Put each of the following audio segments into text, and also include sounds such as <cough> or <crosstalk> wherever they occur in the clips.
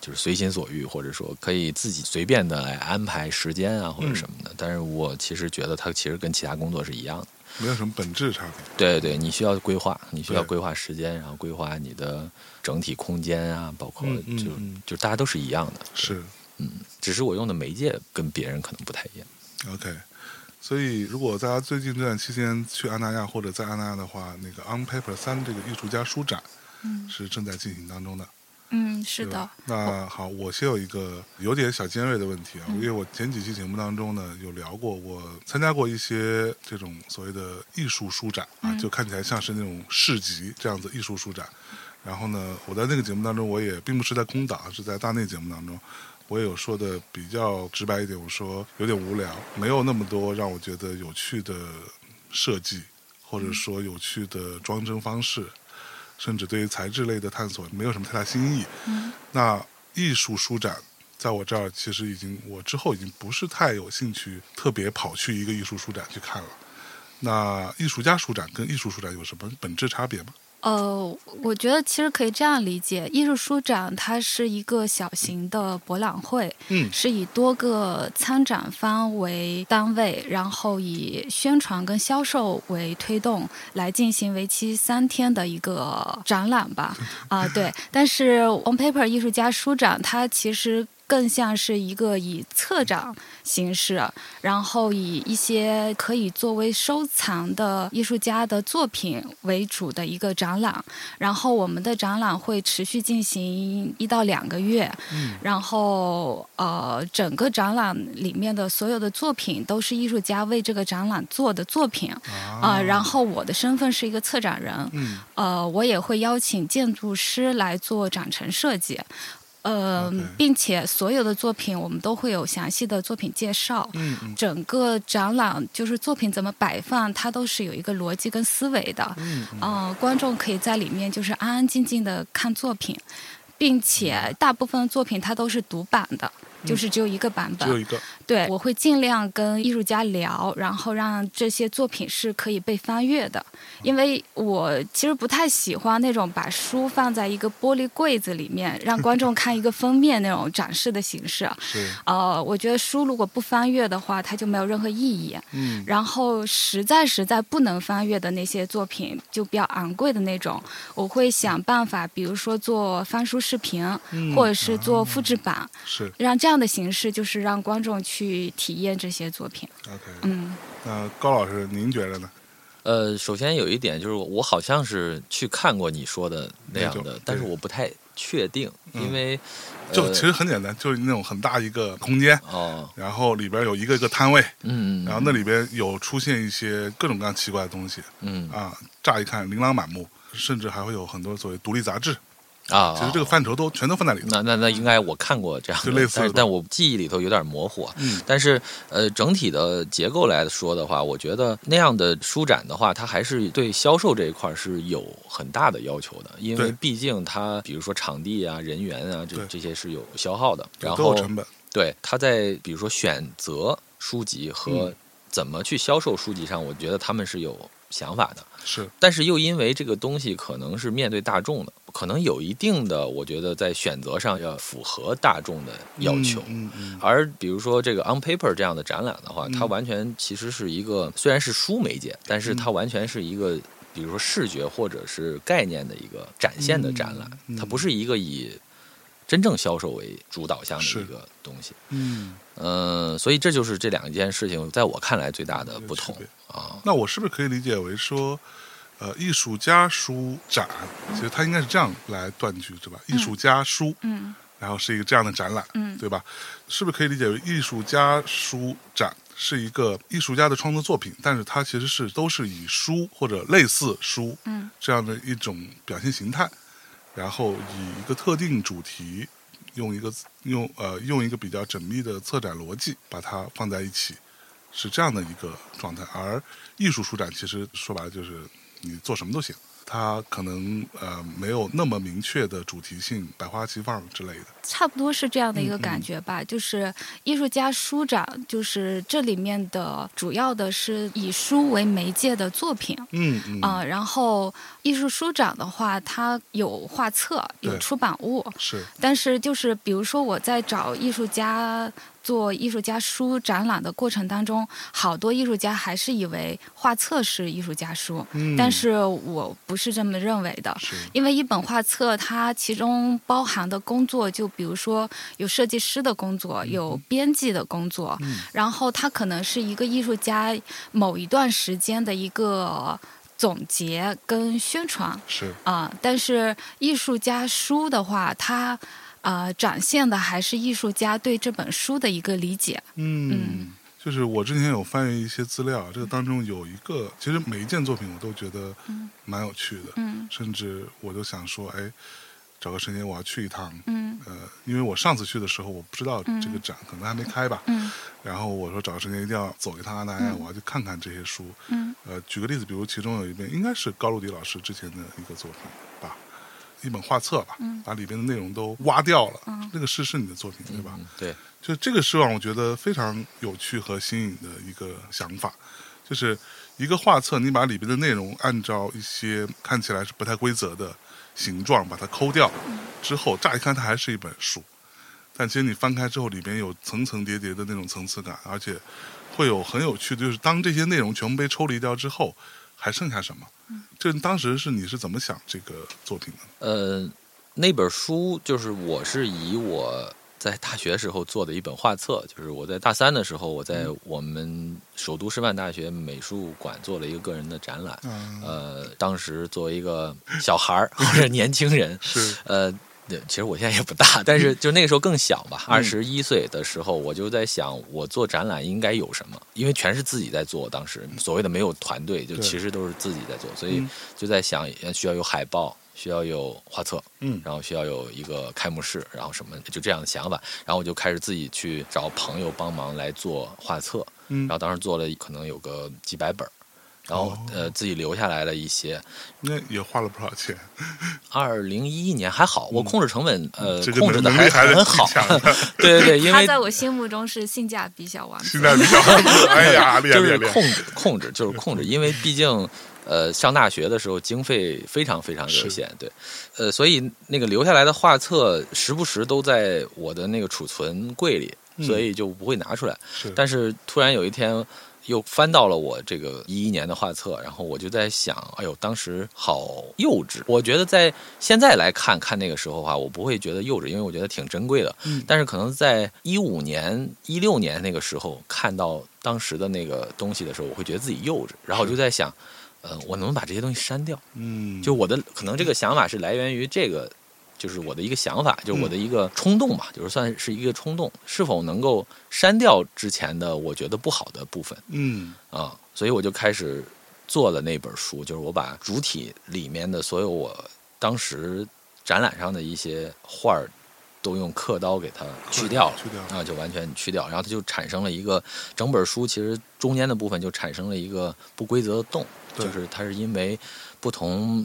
就是随心所欲，或者说可以自己随便的来安排时间啊，或者什么的。但是我其实觉得它其实跟其他工作是一样的。没有什么本质差别。对对，你需要规划，你需要对规划时间，然后规划你的整体空间啊，包括嗯嗯就、嗯就大家都是一样的，是只是我用的媒介跟别人可能不太一样。 OK。所以，如果大家最近这段期间去安那亚或者在安那亚的话，那个 On Paper 三这个艺术家书展嗯是正在进行当中的。嗯，是对的哦吧，那好，我先有一个有点小尖锐的问题啊，嗯因为我前几期节目当中呢有聊过，我参加过一些这种所谓的艺术书展啊，嗯就看起来像是那种市集这样子艺术书展。然后呢，我在那个节目当中，我也并不是在空岛，是在大内节目当中，我也有说的比较直白一点，我说有点无聊，没有那么多让我觉得有趣的设计，或嗯者说有趣的装帧方式，甚至对于材质类的探索没有什么太大新意。那艺术书展在我这儿其实已经，我之后已经不是太有兴趣，特别跑去一个艺术书展去看了。那艺术家书展跟艺术书展有什么本质差别吗？呃，我觉得其实可以这样理解，艺术书展它是一个小型的博览会，嗯是以多个参展方为单位，然后以宣传跟销售为推动，来进行为期三天的一个展览吧。啊、对。但是 On Paper 艺术家书展，它其实更像是一个以策展形式，然后以一些可以作为收藏的艺术家的作品为主的一个展览。然后我们的展览会持续进行一到两个月，然后呃，整个展览里面的所有的作品都是艺术家为这个展览做的作品啊、啊然后我的身份是一个策展人，嗯呃，我也会邀请建筑师来做展陈设计。呃 OK 并且所有的作品我们都会有详细的作品介绍。嗯嗯整个展览就是作品怎么摆放，它都是有一个逻辑跟思维的。嗯嗯嗯、观众可以在里面就是安安静静的看作品，并且大部分作品它都是独版的，就是只有一个版本。只有一个对，我会尽量跟艺术家聊，然后让这些作品是可以被翻阅的，因为我其实不太喜欢那种把书放在一个玻璃柜子里面，让观众看一个封面那种展示的形式。是呃，我觉得书如果不翻阅的话，它就没有任何意义。嗯然后实在实在不能翻阅的那些作品，就比较昂贵的那种，我会想办法，比如说做翻书视频，嗯或者是做复制版，是让这样的形式就是让观众去体验这些作品。 OK。嗯，那高老师您觉得呢？呃，首先有一点就是，我好像是去看过你说的那样那种的，但是对我不太确定，嗯因为、就呃其实很简单，就是那种很大一个空间，哦，然后里边有一个一个摊位，嗯，然后那里边有出现一些各种各样奇怪的东西嗯啊，乍一看琳琅满目，甚至还会有很多所谓独立杂志，啊，其实这个范畴都全都放在里头。那那那应该我看过这样的，就类似的但是但我记忆里头有点模糊啊。嗯但是呃，整体的结构来说的话，我觉得那样的书展的话，它还是对销售这一块是有很大的要求的，因对为毕竟它比如说场地啊、人员啊，这对这些是有消耗的。然都有后成本，对它在比如说选择书籍和嗯怎么去销售书籍上，我觉得他们是有想法的。是但是又因为这个东西可能是面对大众的，可能有一定的，我觉得在选择上要符合大众的要求。嗯嗯，嗯而比如说这个 On Paper 这样的展览的话，嗯它完全其实是一个虽然是书媒介，但是它嗯完全是一个。比如说视觉或者是概念的一个展现的展览，嗯嗯它不是一个以真正销售为主导向的是一个东西。嗯，嗯，所以这就是这两件事情在我看来最大的不同有区啊。那我是不是可以理解为说，呃，艺术家书展，其实它应该是这样来断句，对吧？艺术家书，嗯然后是一个这样的展览，嗯对吧？是不是可以理解为艺术家书展是一个艺术家的创作作品，但是它其实是都是以书或者类似书嗯这样的一种表现形态，然后以一个特定主题，用一个用呃用一个比较缜密的策展逻辑把它放在一起，是这样的一个状态。而艺术书展其实说白了就是你做什么都行。它可能呃没有那么明确的主题性，百花齐放之类的。差不多是这样的一个嗯嗯感觉吧，就是艺术家书展，就是这里面的主要的是以书为媒介的作品，嗯嗯啊、然后艺术书展的话，它有画册，有对出版物，是但是就是比如说我在找艺术家做艺术家书展览的过程当中，好多艺术家还是以为画册是艺术家书，嗯但是我不是这么认为的。是因为一本画册，它其中包含的工作，就比如说有设计师的工作，有编辑的工作，然后它可能是一个艺术家某一段时间的一个总结跟宣传是啊、但是艺术家书的话，它呃展现的还是艺术家对这本书的一个理解。嗯，就是我之前有翻阅一些资料，这个当中有一个，其实每一件作品我都觉得蛮有趣的，嗯甚至我就想说，哎，找个时间我要去一趟。嗯呃，因为我上次去的时候，我不知道这个嗯展可能还没开吧，嗯然后我说找个时间一定要走一趟阿那亚，嗯我要去看看这些书。嗯呃，举个例子，比如其中有一本应该是高露迪老师之前的一个作品吧，一本画册吧，嗯把里边的内容都挖掉了，嗯那个是是你的作品对吧？嗯，对，就这个是让我觉得非常有趣和新颖的一个想法，就是一个画册，你把里边的内容按照一些看起来是不太规则的形状把它抠掉之后，乍一看它还是一本书，但其实你翻开之后，里边有层层叠叠的那种层次感，而且会有很有趣的，就是当这些内容全部被抽离掉之后，还剩下什么？这当时是你是怎么想这个作品的？呃，那本书就是我是以我在大学时候做的一本画册，就是我在大三的时候，我在我们首都师范大学美术馆做了一个个人的展览。嗯，呃，当时作为一个小孩儿或者年轻人，是呃，对其实我现在也不大，但是就那个时候更小吧，嗯二十一岁的时候，我就在想，我做展览应该有什么，因为全是自己在做，当时所谓的没有团队，嗯就对其实都是自己在做，所以嗯就在想呃需要有海报，需要有画册，嗯然后需要有一个开幕式，然后什么就这样的想法，然后我就开始自己去找朋友帮忙来做画册，嗯然后当时做了可能有个几百本儿。然后哦呃，自己留下来了一些。那也花了不少钱，二零一一年还好，我控制成本呃嗯这个控制能的能力还是挺很好。强的。对对对，因他为在我心目中是性价比小王子。现在比较，哎呀，厉害就厉害是厉害！ <laughs> 控制控制就是控制，因为毕竟呃上大学的时候经费非常非常有限，对，呃，所以那个留下来的画册时不时都在我的那个储存柜里，嗯所以就不会拿出来。是，但是突然有一天。又翻到了我这个一一年的画册，然后我就在想，哎呦，当时好幼稚。我觉得在现在来看看那个时候的话，我不会觉得幼稚，因为我觉得挺珍贵的。嗯但是可能在一五年、一六年那个时候看到当时的那个东西的时候，我会觉得自己幼稚，然后我就在想，呃，我能把这些东西删掉。嗯，就我的可能这个想法是来源于这个，就是我的一个想法，就是我的一个冲动吧，就是算是一个冲动，是否能够删掉之前的我觉得不好的部分嗯啊？所以我就开始做了那本书，就是我把主体里面的所有我当时展览上的一些画儿，都用刻刀给它去掉了。去掉了，啊，就完全去掉，然后它就产生了一个整本书其实中间的部分就产生了一个不规则的洞，对就是它是因为不同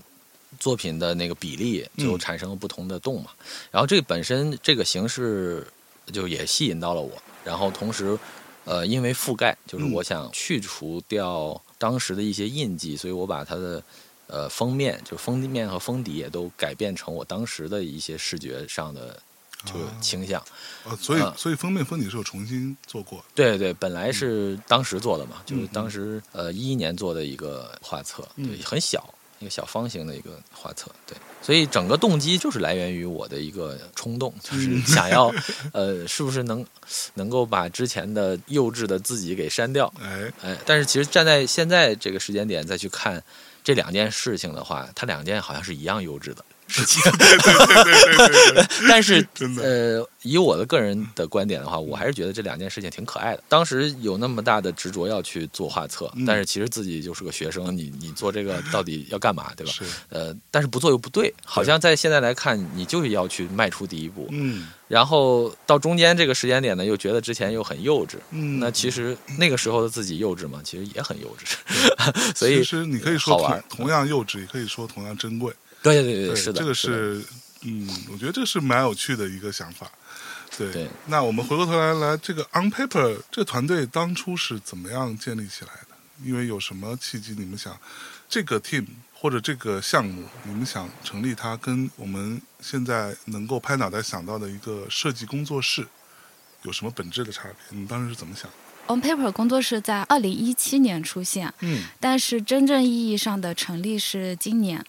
作品的那个比例就嗯产生了不同的洞嘛。然后这本身这个形式就也吸引到了我，然后同时呃，因为覆盖，就是嗯我想去除掉当时的一些印记，所以我把它的。呃，封面就封面和封底也都改变成我当时的一些视觉上的就啊倾向，哦，所以啊所以封面封底是有重新做过的，对对，本来是当时做的嘛，就是嗯当时呃一一年做的一个画册，对，很小，一个小方形的一个画册，对，所以整个动机就是来源于我的一个冲动，就是嗯想 <laughs> 要呃，是不是能能够把之前的幼稚的自己给删掉？哎，哎，但是其实站在现在这个时间点再去看这两件事情的话，它两件好像是一样幼稚的 <laughs> 事情， <laughs> 但是真的呃，以我的个人的观点的话，我还是觉得这两件事情挺可爱的。当时有那么大的执着要去做画册，嗯但是其实自己就是个学生，你你做这个 <laughs> 到底要干嘛，对吧？是，呃，但是不做又不对，好像在现在来看，你就是要去迈出第一步，嗯然后到中间这个时间点呢，又觉得之前又很幼稚。嗯，那其实那个时候的自己幼稚嘛，其实也很幼稚，所 <laughs> 以其实你可以说好玩同同样幼稚，也可以说同样珍贵，对对对对，是的，这个的是，嗯，我觉得这是蛮有趣的一个想法。对，对那我们回过头来来，这个 On Paper 这团队当初是怎么样建立起来的？因为有什么契机，你们想这个 team 或者这个项目，你们想成立它，跟我们现在能够拍脑袋想到的一个设计工作室有什么本质的差别？你们当时是怎么想的？ <laughs> On Paper 工作室在二零一七年出现，嗯，但是真正意义上的成立是今年，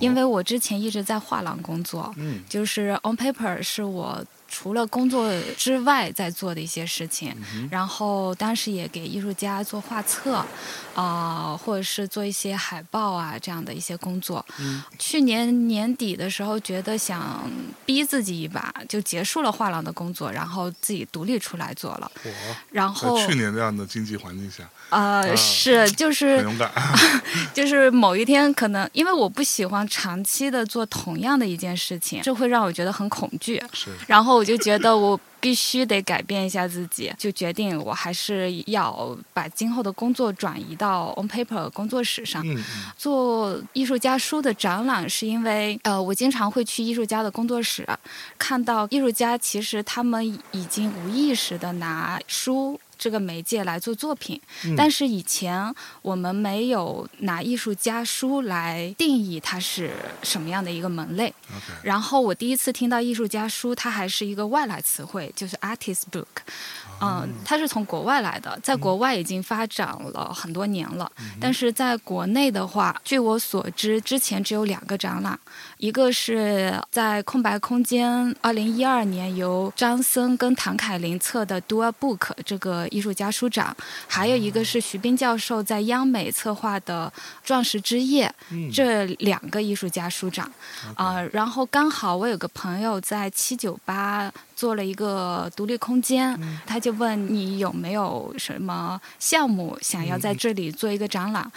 因为我之前一直在画廊工作，哦嗯就是 On Paper 是我除了工作之外在做的一些事情。嗯然后当时也给艺术家做画册，呃，或者是做一些海报啊这样的一些工作。嗯去年年底的时候，觉得想逼自己一把，就结束了画廊的工作，然后自己独立出来做了。我然后呃在去年啊这样的经济环境下，呃，是就很是勇敢。就是某一天可能，因为我不喜欢长期的做同样的一件事情，这会让我觉得很恐惧。 <laughs> 是，然后我就觉得我必须得改变一下自己，就决定我还是要把今后的工作转移到 On Paper 工作室上。嗯嗯做艺术家书的展览，是因为呃，我经常会去艺术家的工作室，看到艺术家其实他们已经无意识的拿书。这个媒介来做作品，嗯但是以前我们没有拿艺术家书来定义它是什么样的一个门类。 ，OK，然后我第一次听到艺术家书，它还是一个外来词汇，就是 artist book，嗯、它是从国外来的，在国外已经发展了很多年了，嗯但是在国内的话，据我所知，之前只有两个展览，一个是在空白空间，二零一二年由张森跟谭凯琳策的 Dua Book 这个艺术家书展，还有一个是徐斌教授在央美策划的《壮士之夜》嗯这两个艺术家书展。啊、然后刚好我有个朋友在七九八做了一个独立空间，他就问你有没有什么项目想要在这里做一个展览。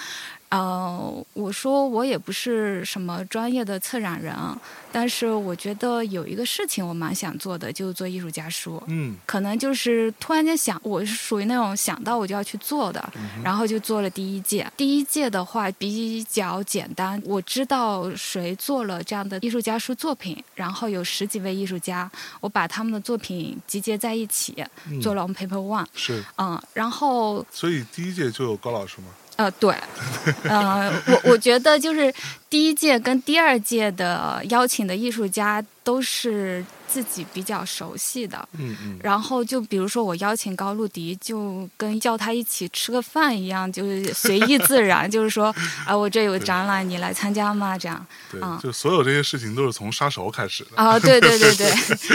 呃，我说我也不是什么专业的策展人，啊但是我觉得有一个事情我蛮想做的，就是做艺术家书。嗯可能就是突然间想，我是属于那种想到我就要去做的，嗯然后就做了第一届。第一届的话比较简单，我知道谁做了这样的艺术家书作品，然后有十几位艺术家，我把他们的作品集结在一起，做了 On Paper One。嗯是，嗯，然后所以第一届就有高老师嘛，呃，对， <laughs> 呃，我我觉得就是第一届跟第二届的邀请的艺术家都是自己比较熟悉的。嗯嗯，然后就比如说我邀请高露迪，就跟叫他一起吃个饭一样，就是随意自然， <laughs> 就是说啊，我这有个展览，你来参加吗？这样对啊，就所有这些事情都是从杀熟开始的。啊，对对对对。 <laughs>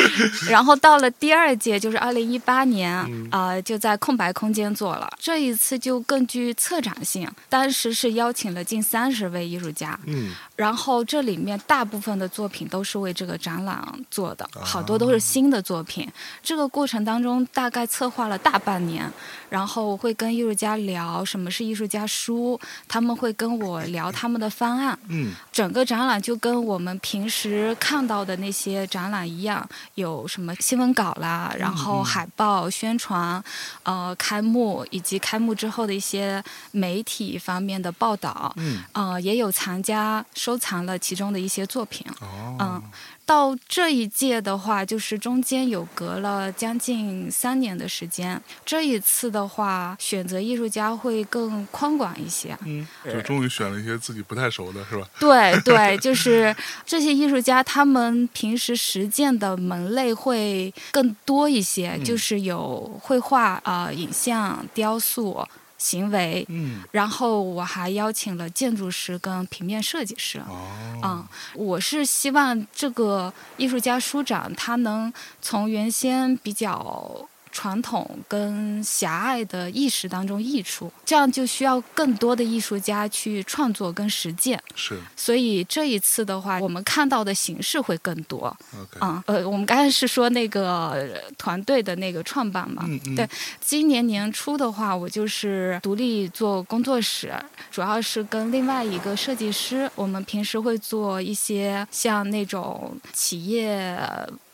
然后到了第二届，就是二零一八年啊、嗯就在空白空间做了。这一次就更具策展性，当时是邀请了近三十位艺术家，嗯，然后这里面大部分的作品都是为这个展览做的，好多都是新的作品。这个过程当中大概策划了大半年，然后我会跟艺术家聊什么是艺术家书，他们会跟我聊他们的方案。嗯，整个展览就跟我们平时看到的那些展览一样，有什么新闻稿啦，然后海报、宣传，呃，开幕以及开幕之后的一些媒体方面的报道，嗯，呃，也有藏家收藏了其中的一些作品。哦，嗯，到这一届的话，就是中间有隔了将近三年的时间。这一次的话，选择艺术家会更宽广一些。啊嗯，就终于选了一些自己不太熟的，是吧？对 <laughs> 对，就是这些艺术家，他们平时实践的门类会更多一些，嗯就是有绘画啊、呃影像、雕塑、行为。嗯，然后我还邀请了建筑师跟平面设计师。哦，嗯，我是希望这个艺术家书展，它能从原先比较传统跟狭隘的意识当中溢出，这样就需要更多的艺术家去创作跟实践。是所以这一次的话，我们看到的形式会更多 OK，啊、呃，我们刚才是说那个呃团队的那个创办嘛，嗯嗯，对今年年初的话，我就是独立做工作室，主要是跟另外一个设计师，我们平时会做一些像那种企业。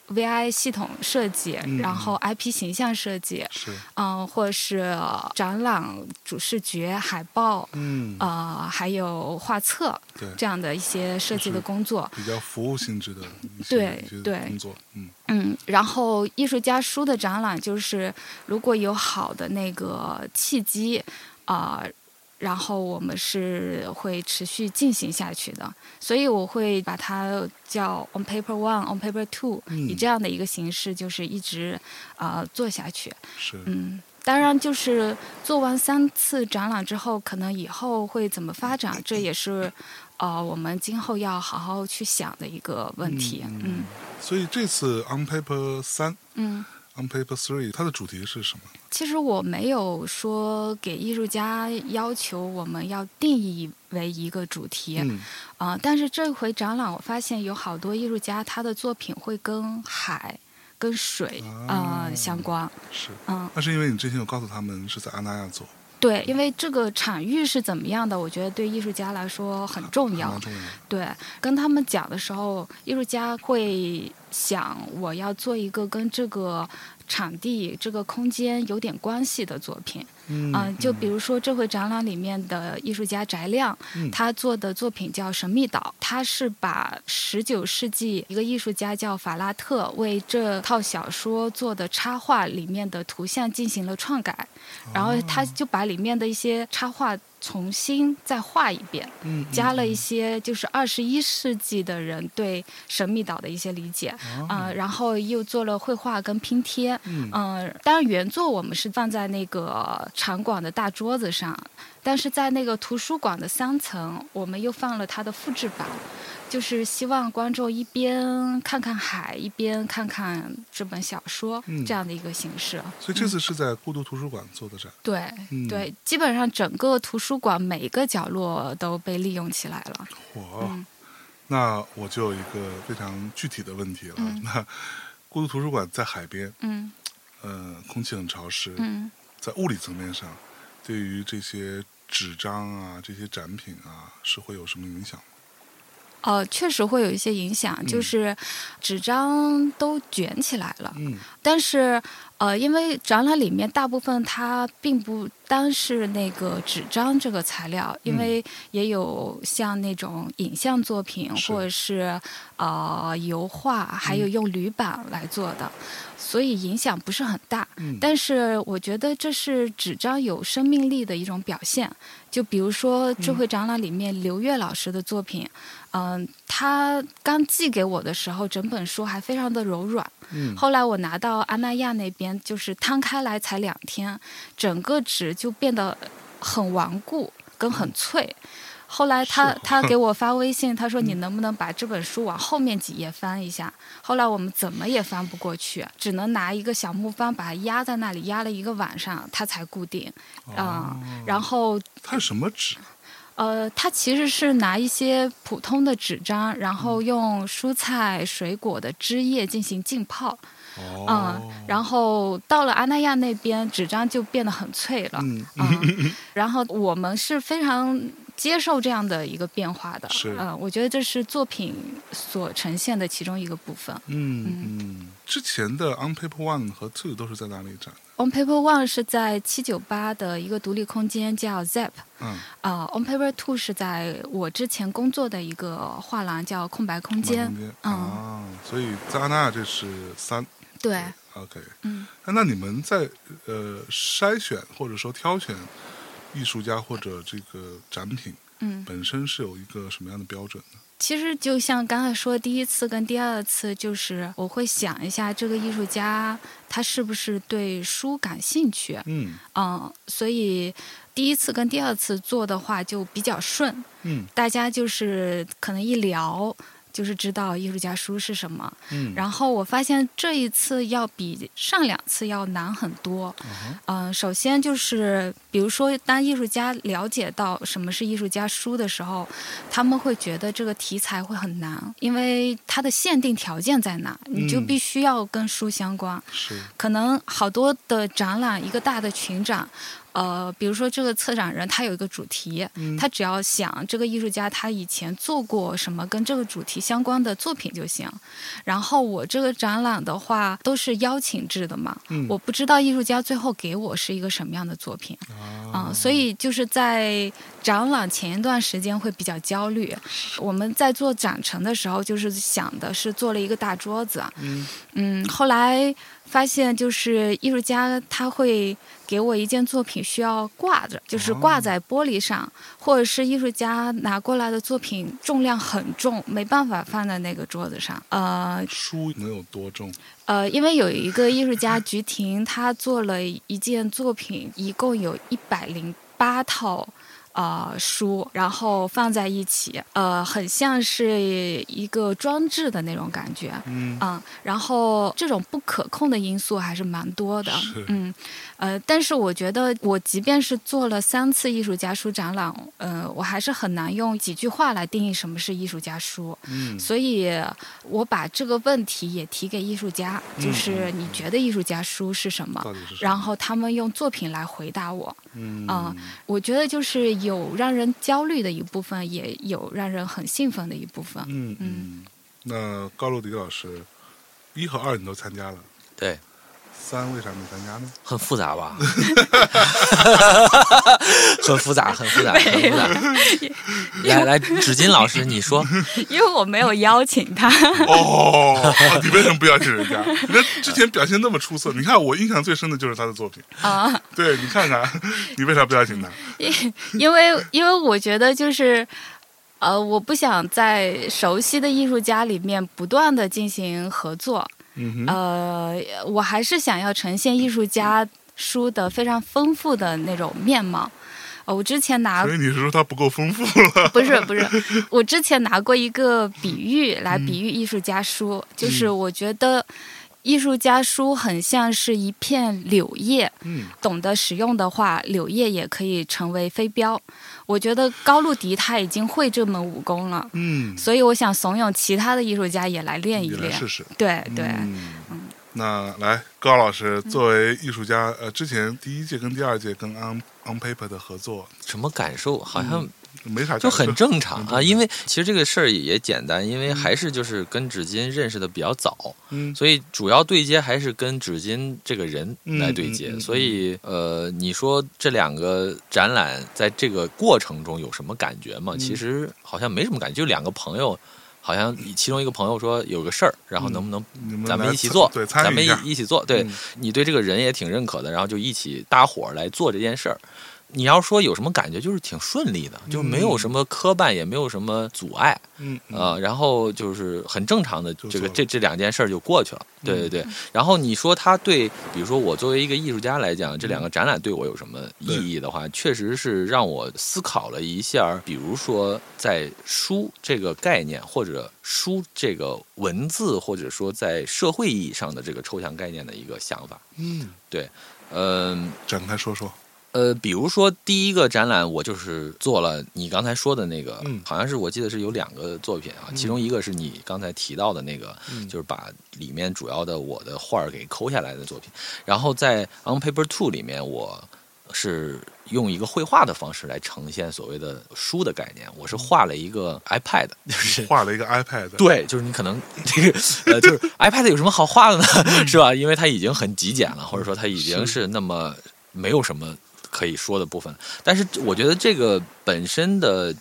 VI 系统设计，嗯然后 IP 形象设计，是，嗯、或者是展览主视觉、海报，嗯，呃，还有画册对，这样的一些设计就的是工作。比较服务性质的一些对一些对工作，嗯嗯，然后艺术家书的展览就是，如果有好的那个契机，啊、然后我们是会持续进行下去的。所以我会把它叫 on paper one, on paper two，、嗯以这样的一个形式，就是一直啊、做下去。是，嗯，当然就是做完三次展览之后，可能以后会怎么发展，这也是呃我们今后要好好去想的一个问题。嗯所以这次 On Paper 三嗯。 On Paper Three 它的主题是什么？其实我没有说给艺术家要求我们要定义为一个主题啊、嗯但是这回展览我发现有好多艺术家他的作品会跟海、跟水啊呃相关，是，嗯，那是因为你之前有告诉他们是在阿那亚做，对，因为这个场域是怎么样的，我觉得对艺术家来说很重要蛮。啊重要的，对，跟他们讲的时候，艺术家会想我要做一个跟这个场地、这个空间有点关系的作品。嗯嗯、就比如说这回展览里面的艺术家翟亮，嗯他做的作品叫《神秘岛》，他是把十九世纪一个艺术家叫法拉特为这套小说做的插画里面的图像进行了篡改，哦嗯然后他就把里面的一些插画重新再画一遍，嗯嗯加了一些就是二十一世纪的人对神秘岛的一些理解，啊、然后又做了绘画跟拼贴，哦嗯嗯、当然原作我们是放在那个场馆的大桌子上，但是在那个图书馆的三层，我们又放了它的复制版，就是希望观众一边看看海，一边看看这本小说、嗯这样的一个形式。所以这次是在孤独图书馆做的展，对、嗯嗯对，基本上整个图书馆每一个角落都被利用起来了。哇，嗯哦那我就有一个非常具体的问题了。嗯 <laughs> 那孤独图书馆在海边，嗯呃，空气很潮湿，嗯在物理层面上，对于这些纸张啊、这些展品啊，是会有什么影响吗？呃，确实会有一些影响，就嗯是纸张都卷起来了，嗯但是呃，因为展览里面大部分它并不单是那个纸张这个材料，嗯因为也有像那种影像作品是嗯或者是呃油画，还有用铝板来做的，所以影响不是很大。嗯，但是我觉得这是纸张有生命力的一种表现。就比如说智嗯慧展览里面刘越老师的作品，嗯、他刚寄给我的时候，整本书还非常的柔软。嗯后来我拿到阿那亚那边，就是摊开来才两天，整个纸就变得很顽固跟很脆。后来他是嗯他给我发微信，他说你能不能把这本书往后面几页翻一下？后来我们怎么也翻不过去，只能拿一个小木方把它压在那里，压了一个晚上，它才固定。嗯啊、然后哦它什么纸？啊呃，它其实是拿一些普通的纸张，然后嗯用蔬菜水果的汁液进行浸泡。哦，嗯，然后到了阿那亚那边，纸张就变得很脆了。嗯嗯，然后我们是非常接受这样的一个变化的。是嗯，我觉得这是作品所呈现的其中一个部分。嗯嗯，之前的 On Paper One 和 Two 都是在哪里展的？ On Paper One 是在七九八的一个独立空间叫 Zap，嗯，啊、o n Paper Two 是在我之前工作的一个画廊叫空白空间。马街嗯啊，所以在安纳这是三对， ，OK，哎嗯，那那你们在呃筛选或者说挑选艺术家或者这个展品嗯。本身是有一个什么样的标准呢？其实就像刚才说，第一次跟第二次，就是我会想一下这个艺术家他是不是对书感兴趣，嗯嗯，所以第一次跟第二次做的话就比较顺，嗯大家就是可能一聊。就是知道艺术家书是什么，嗯，然后我发现这一次要比上两次要难很多。嗯哼嗯、首先就是比如说，当艺术家了解到什么是艺术家书的时候，他们会觉得这个题材会很难，因为它的限定条件在哪，你就嗯必须要跟书相关。是可能好多的展览，一个大的群展，呃，比如说这个策展人他有一个主题，嗯他只要想这个艺术家他以前做过什么跟这个主题相关的作品就行。然后我这个展览的话都是邀请制的嘛，嗯我不知道艺术家最后给我是一个什么样的作品啊、啊，所以就是在展览前一段时间会比较焦虑。我们在做展陈的时候，就是想的是做了一个大桌子，啊嗯嗯，后来发现就是艺术家他会给我一件作品需要挂着，就是挂在玻璃上，或者是艺术家拿过来的作品重量很重，没办法放在那个桌子上。呃书能有多重？呃，因为有一个艺术家菊婷，她做了一件作品，一共有一百零八套。呃，书然后放在一起，呃，很像是一个装置的那种感觉。嗯嗯，然后这种不可控的因素还是蛮多的是，嗯，呃，但是我觉得我即便是做了三次艺术家书展览，呃，我还是很难用几句话来定义什么是艺术家书，嗯所以我把这个问题也提给艺术家，嗯就是你觉得艺术家书是什么？到底是什然么后他们用作品来回答我，嗯啊我觉得就是有让人焦虑的一部分，也有让人很兴奋的一部分。嗯嗯，那高露迪老师一和二你都参加了，对，三为啥没参加呢？很复杂吧？很复杂，很复杂，很复杂。来来，纸巾老师，你说，嗯因为我没有邀请他。 <laughs> 哦，你为什么不邀请人家？人家之前表现那么出色，你看我印象最深的就是他的作品啊。对你看 <laughs> 看，你为啥不邀请他？因为因为我觉得就是，呃，我不想在熟悉的艺术家里面不断的进行合作，嗯哼，呃，我还是想要呈现艺术家书的非常丰富的那种面貌。呃，我之前拿所以你是说啊他不够丰富了？不是不是， <laughs> 我之前拿过一个比喻来嗯比喻艺术家书，就是我觉得艺术家书很像是一片柳叶，嗯懂得使用的话，柳叶也可以成为飞镖。我觉得高露迪他已经会这门武功了，嗯，所以我想怂恿其他的艺术家也来练一你来练。试试。对对，嗯嗯那来，高老师作为艺术家，呃，之前第一届跟第二届跟 On On Paper 的合作什么感受？好像没嗯啥感受，就很正常很正啊，因为其实这个事儿也简单，因为还是就是跟纸巾认识的比较早，嗯所以主要对接还是跟纸巾这个人来对接。嗯嗯嗯嗯所以呃，你说这两个展览在这个过程中有什么感觉吗？嗯其实好像没什么感觉，就两个朋友。好像其中一个朋友说有个事儿，然后嗯能不能你们咱们来一起参做，对，参咱与们一下一一起做，对、嗯你对这个人也挺认可的，然后就一起搭伙儿来做这件事儿。你要说有什么感觉，就是挺顺利的，就没有什么磕绊，也没有什么阻碍嗯啊、呃然后就是很正常的，就这做个了嗯这这两件事儿就过去了。对对对。然后你说他对，比如说我作为一个艺术家来讲，嗯这两个展览对我有什么意义的话，确实是让我思考了一下儿，比如说在书这个概念，或者书这个文字，或者说在社会意义上的这个抽象概念的一个想法。嗯，嗯、展开说说，呃，比如说第一个展览，我就是做了你刚才说的那个，嗯好像是我记得是有两个作品啊，其中一个是你刚才提到的那个，嗯就是把里面主要的我的画儿给抠下来的作品。然后在《On Paper Two》里面，我是用一个绘画的方式来呈现所谓的书的概念，我是画了一个 iPad，就是画了一个 iPad，对，就是你可能 <laughs> 这个呃，就是 iPad 有什么好画的呢？是吧？因为它已经很极简了，或者说它已经嗯是那么没有什么可以说的部分。但是我觉得这个本身的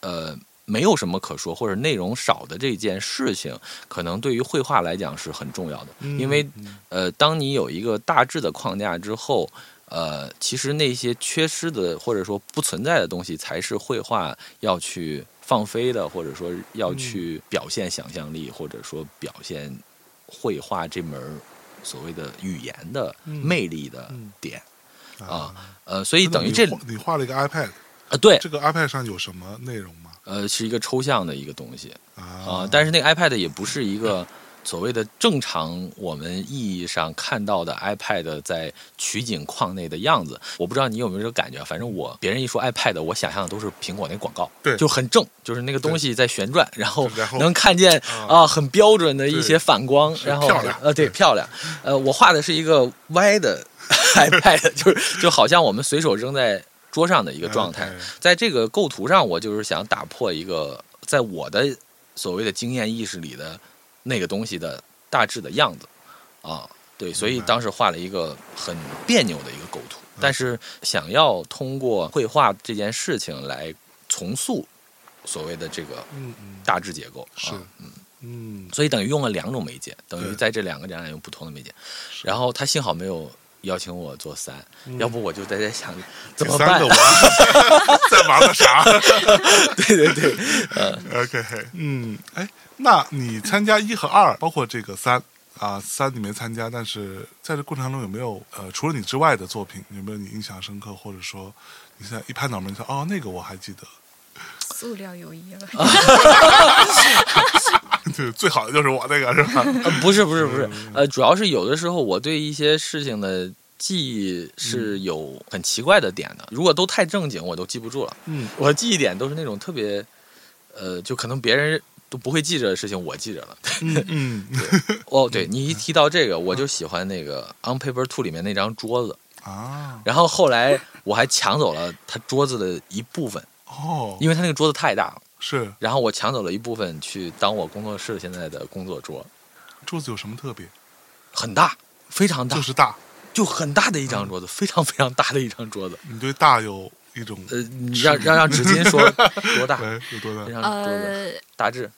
呃没有什么可说或者内容少的这件事情，可能对于绘画来讲是很重要的，嗯，因为嗯呃，当你有一个大致的框架之后，呃，其实那些缺失的或者说不存在的东西，才是绘画要去放飞的，或者说嗯要去表现想象力，或者说表现绘画这门儿所谓的语言的嗯魅力的嗯点啊啊，。呃，所以那等于你这画你画了一个 iPad，呃对这个 iPad 上有什么内容吗？呃是一个抽象的一个东西，啊、啊，但是那个 iPad 也不是一个所谓的正常我们意义上看到的 iPad 在取景框内的样子。我不知道你有没有这个感觉，反正我别人一说 iPad，我想象的都是苹果那广告，对就很正，就是那个东西在旋转，然后对然后能看见啊啊很标准的一对些反光，是然后漂亮呃对对漂亮，呃我画的是一个歪的 <laughs> iPad，就是就好像我们随手扔在桌上的一个状态。 iPad，在这个构图上，我就是想打破一个在我的所谓的经验意识里的那个东西的大致的样子啊，对，所以当时画了一个很别扭的一个构图，嗯但是想要通过绘画这件事情来重塑所谓的这个嗯嗯，大致结构，啊是，嗯所以等于用了两种媒介，等于对在这两个展览用不同的媒介。然后他幸好没有邀请我做三，要不我就在这想怎么嗯三办个？娃 <laughs> 在忙个啥 <laughs> 对对对，呃， ？OK，嗯，哎，那你参加一和二，包括这个三啊，三你没参加，但是在这过程中有没有呃，除了你之外的作品，有没有你印象深刻，或者说你现在一拍脑门你说哦，那个我还记得， <laughs> 塑料友谊了。对，最好的就是我那个是 <laughs> 吧？呃，不是不是不是，呃，主要是有的时候我对一些事情的记忆是有很奇怪的点的，如果都太正经，我都记不住了。嗯我的记忆点都是那种特别，呃，就可能别人都不会记着的事情，我记着了。嗯嗯 <laughs> 哦，对你一提到这个，我就喜欢那个《On Paper Two》里面那张桌子，啊然后后来我还抢走了他桌子的一部分，哦，因为他那个桌子太大了。是然后我抢走了一部分去当我工作室现在的工作桌，桌子有什么特别？很大，非常大，就是大，就很大的一张桌嗯子，非常非常大的一张桌子。你对大有一种呃，你让让让 <laughs> 纸巾说多大？哎有多大这？张桌子呃，大致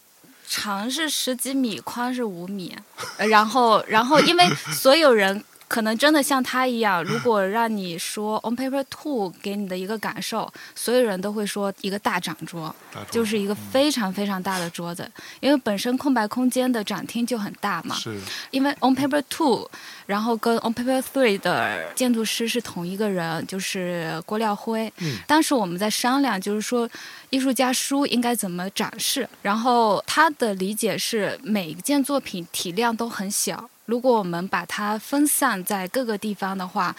长是十几米，宽是五米，呃然后然后因为所有人。可能真的像他一样，如果让你说 on paper two 给你的一个感受，所有人都会说一个大展桌，大桌就是一个非常非常大的桌子，因为本身空白空间的展厅就很大嘛。是因为 on paper two，然后跟 on paper three 的建筑师是同一个人，就是郭廖辉。嗯当时我们在商量，就是说艺术家书应该怎么展示。然后他的理解是，每一件作品体量都很小，如果我们把它分散在各个地方的话，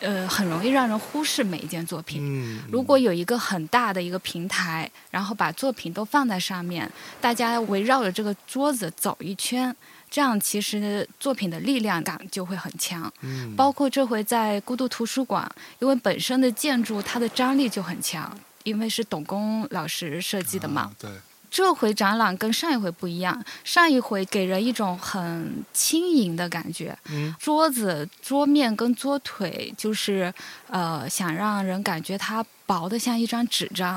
呃，很容易让人忽视每一件作品。嗯，如果有一个很大的一个平台，然后把作品都放在上面，大家围绕着这个桌子走一圈，这样其实作品的力量感就会很强。嗯，包括这回在孤独图书馆，因为本身的建筑它的张力就很强，因为是董工老师设计的嘛。啊对，这回展览跟上一回不一样，上一回给人一种很轻盈的感觉，嗯桌子、桌面跟桌腿就是呃，想让人感觉它薄的像一张纸张，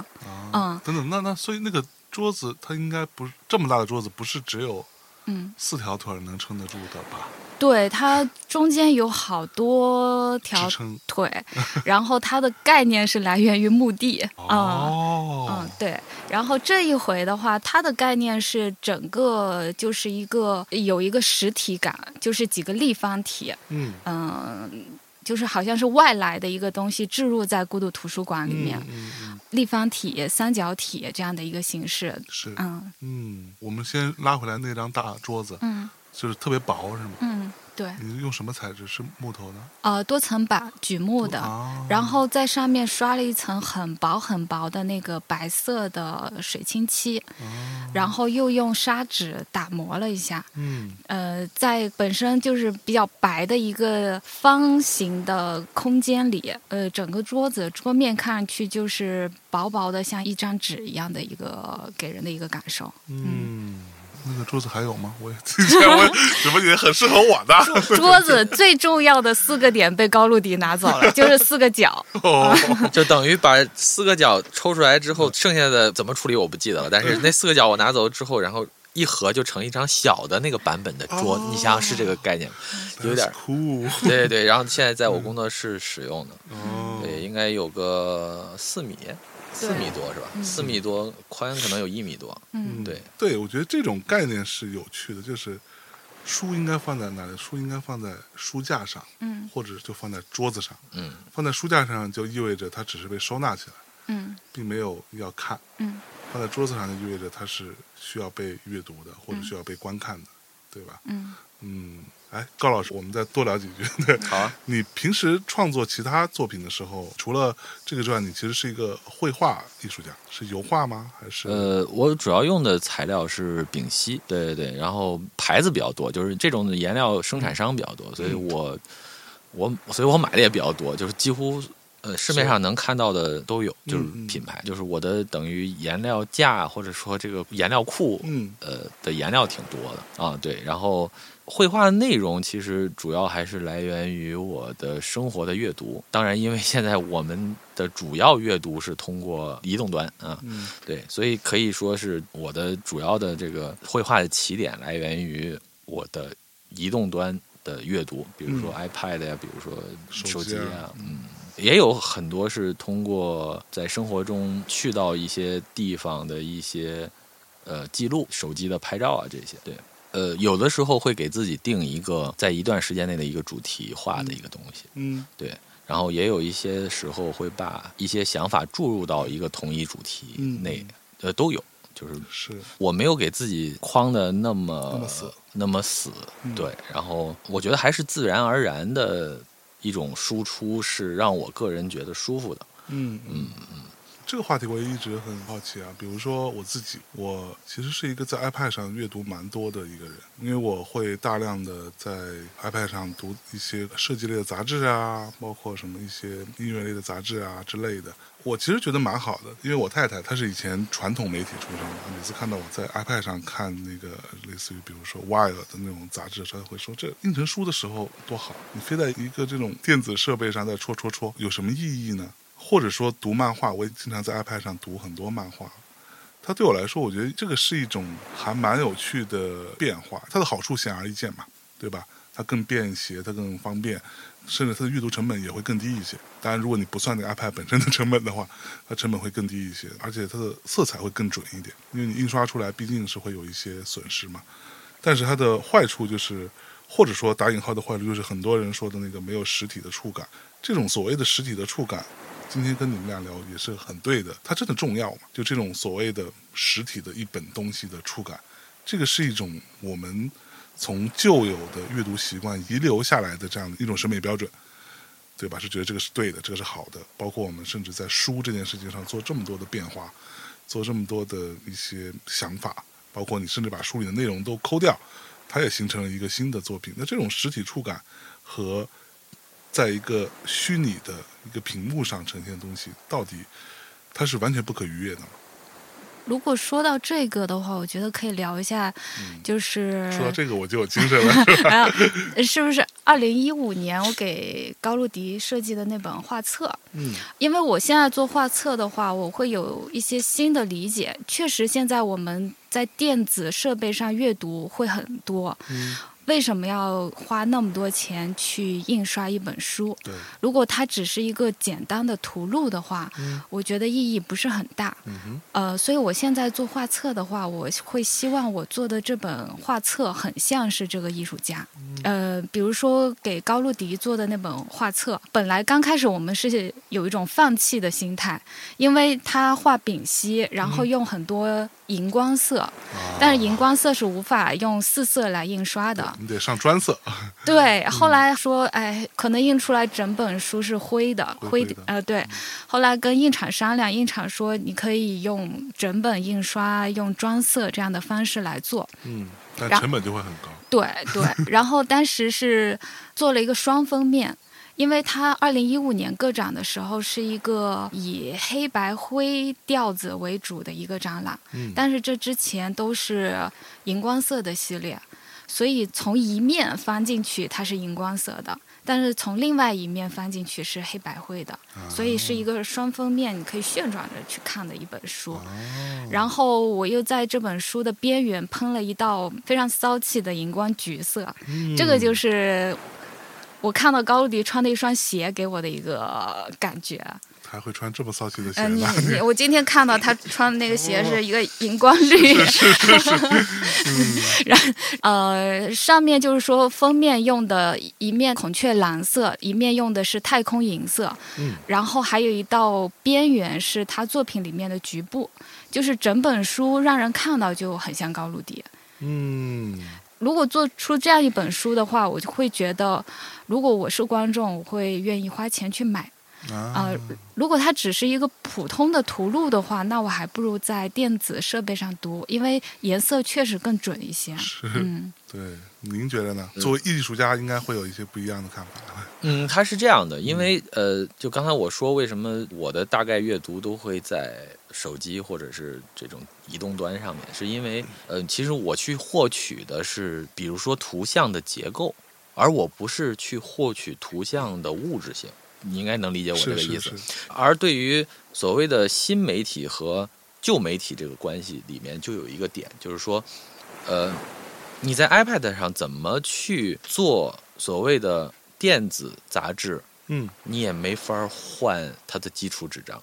啊，嗯等等，那那所以那个桌子，它应该不是这么大的桌子，不是只有嗯，四条腿儿能撑得住的吧？对，它中间有好多条支撑腿，然后它的概念是来源于墓地，嗯。哦嗯，，对。然后这一回的话，它的概念是整个就是一个有一个实体感，就是几个立方体，嗯嗯，就是好像是外来的一个东西置入在孤独图书馆里面，嗯嗯立方体、三角体这样的一个形式。是，嗯嗯，我们先拉回来那张大桌子，嗯就是特别薄是吗？嗯，对，你用什么材质？是木头的？呃，多层板榉木的。啊，然后在上面刷了一层很薄很薄的那个白色的水清漆，然后又用砂纸打磨了一下，嗯呃，在本身就是比较白的一个方形的空间里，呃，整个桌子桌面看上去就是薄薄的，像一张纸一样的一个给人的一个感 <laughs> 受。嗯那个桌子还有吗？我也 <laughs> 之前我怎么也很适合我的 <laughs> 桌子最重要的四个点被高露迪拿走 <laughs> 了，就是四个角。哦，就等于把四个角抽出来之后，剩下的怎么处理我不记得了，但是嗯那四个角我拿走之后，然后一合就成一张小的那个版本的桌子，哦你想想是这个概念吗？有点儿酷对对对，然后现在在我工作室使用的，嗯哦，对，应该有个四米，四米多是吧？嗯四米多宽，可能有一米多，嗯 <laughs> 嗯，对，对，我觉得这种概念是有趣的，就是书应该放在哪里？书应该放在书架上，嗯或者就放在桌子上。嗯，放在书架上就意味着它只是被收纳起来，嗯并没有要看；嗯放在桌子上就意味着它是需要被阅读的，嗯或者需要被观看的，对吧？嗯嗯，哎，高老师，我们再多聊几句。对，好啊。你平时创作其他作品的时候，除了这个之外，你其实是一个绘画艺术家，是油画吗？还是、呃，我主要用的材料是丙烯，对对对，然后牌子比较多，就是这种颜料生产商比较多，所以嗯我我所以我买的也比较多，就是几乎呃市面上能看到的都有，就是嗯嗯品牌，就是我的等于颜料架或者说这个颜料库，嗯呃的颜料挺多的啊，对，然后绘画的内容其实主要还是来源于我的生活的阅读，当然因为现在我们的主要阅读是通过移动端啊，嗯对，所以可以说是我的主要的这个绘画的起点来源于我的移动端的阅读，比如说 iPad 呀、比如说嗯手机手机啊啊，嗯。也有很多是通过在生活中去到一些地方的一些呃记录，手机的拍照啊这些，对，呃，有的时候会给自己定一个在一段时间内的一个主题化的一个东西，嗯然后也有一些时候会把一些想法注入到一个同一主题嗯内，呃，都有。就是是我没有给自己框的那么那么死，那么死嗯对。然后我觉得还是自然而然的一种输出，是让我个人觉得舒服的。嗯嗯嗯，这个话题我也一直很好奇啊。比如说我自己，我其实是一个在 iPad 上阅读蛮多的一个人，因为我会大量的在 iPad 上读一些设计类的杂志啊，包括什么一些音乐类的杂志啊之类的。我其实觉得蛮好的，因为我太太她是以前传统媒体出身的，每次看到我在 iPad 上看那个类似于比如说 Wire 的那种杂志的时候，她会说这印成书的时候多好，你非在一个这种电子设备上再戳戳戳，有什么意义呢？或者说读漫画，我也经常在 iPad 上读很多漫画。它对我来说，我觉得这个是一种还蛮有趣的变化。它的好处显而易见嘛，对吧？它更便携，它更方便，甚至它的阅读成本也会更低一些。当然，如果你不算那个 iPad 本身的成本的话，它成本会更低一些，而且它的色彩会更准一点，因为你印刷出来毕竟是会有一些损失嘛。但是它的坏处就是，或者说打引号的坏处就是很多人说的那个没有实体的触感。这种所谓的实体的触感，今天跟你们俩聊也是很对的，它真的重要吗？就这种所谓的实体的一本东西的触感，这个是一种我们从旧有的阅读习惯遗留下来的这样的一种审美标准，对吧？是觉得这个是对的，这个是好的。包括我们甚至在书这件事情上做这么多的变化，做这么多的一些想法，包括你甚至把书里的内容都抠掉，它也形成了一个新的作品。那这种实体触感和在一个虚拟的一个屏幕上呈现的东西，到底它是完全不可逾越的嘛？如果说到这个的话，我觉得可以聊一下，就是嗯说 <laughs> 到这个我就有精神 <laughs> 了，是吧还有是不是二零一五年我给高露迪设计的那本画册？嗯因为我现在做画册的话，我会有一些新的理解。确实，现在我们在电子设备上阅读会很多，嗯，为什么要花那么多钱去印刷一本书？对，如果它只是一个简单的图录的话，嗯我觉得意义不是很大。嗯哼，呃，所以我现在做画册的话，我会希望我做的这本画册很像是这个艺术家。嗯呃，比如说给高露迪做的那本画册，本来刚开始我们是有一种放弃的心态，因为他画丙烯，然后用很多荧光色，嗯啊但是荧光色是无法用四色来印刷的。你得上专色，啊对，后嗯来说，哎，可能印出来整本书是灰的，灰灰灰的嗯呃，对。后来跟印厂商量，印厂说你可以用整本印刷、用装色这样的方式来做。嗯，但然后成本就会很高，对对，然后当时是做了一个双封面。因为它二零一五年个展的时候是一个以黑白灰调子为主的一个展览，嗯但是这之前都是荧光色的系列，所以从一面翻进去它是荧光色的，但是从另外一面翻进去是黑白灰的，所以是一个双封面，你可以旋转着去看的一本书。然后我又在这本书的边缘喷了一道非常骚气的荧光橘色，这个就是是我看到高露迪穿的一双鞋给我的一个感觉。还会穿这么骚气的鞋嗯、呢，你你，我今天看到他穿的那个鞋是一个荧光绿， <laughs> 然后呃，上面就是说封面用的一面孔雀蓝色，一面用的是太空银色，嗯然后还有一道边缘是他作品里面的局部，就是整本书让人看到就很像高露迪。嗯，如果做出这样一本书的话，我就会觉得，如果我是观众，我会愿意花钱去买。啊呃，如果它只是一个普通的图录的话，那我还不如在电子设备上读，因为颜色确实更准一些。嗯，对，您觉得呢？作为艺术家，应该会有一些不一样的看法。嗯，它是这样的，因为呃，就刚才我说，为什么我的大概阅读都会在手机或者是这种移动端上面，是因为嗯呃，其实我去获取的是，比如说图像的结构，而我不是去获取图像的物质性。你应该能理解我这是个意思。是是，而对于所谓的新媒体和旧媒体这个关系里面，就有一个点，就是说，呃，你在 iPad 上怎么去做所谓的电子杂志，嗯，你也没法儿换它的基础纸张。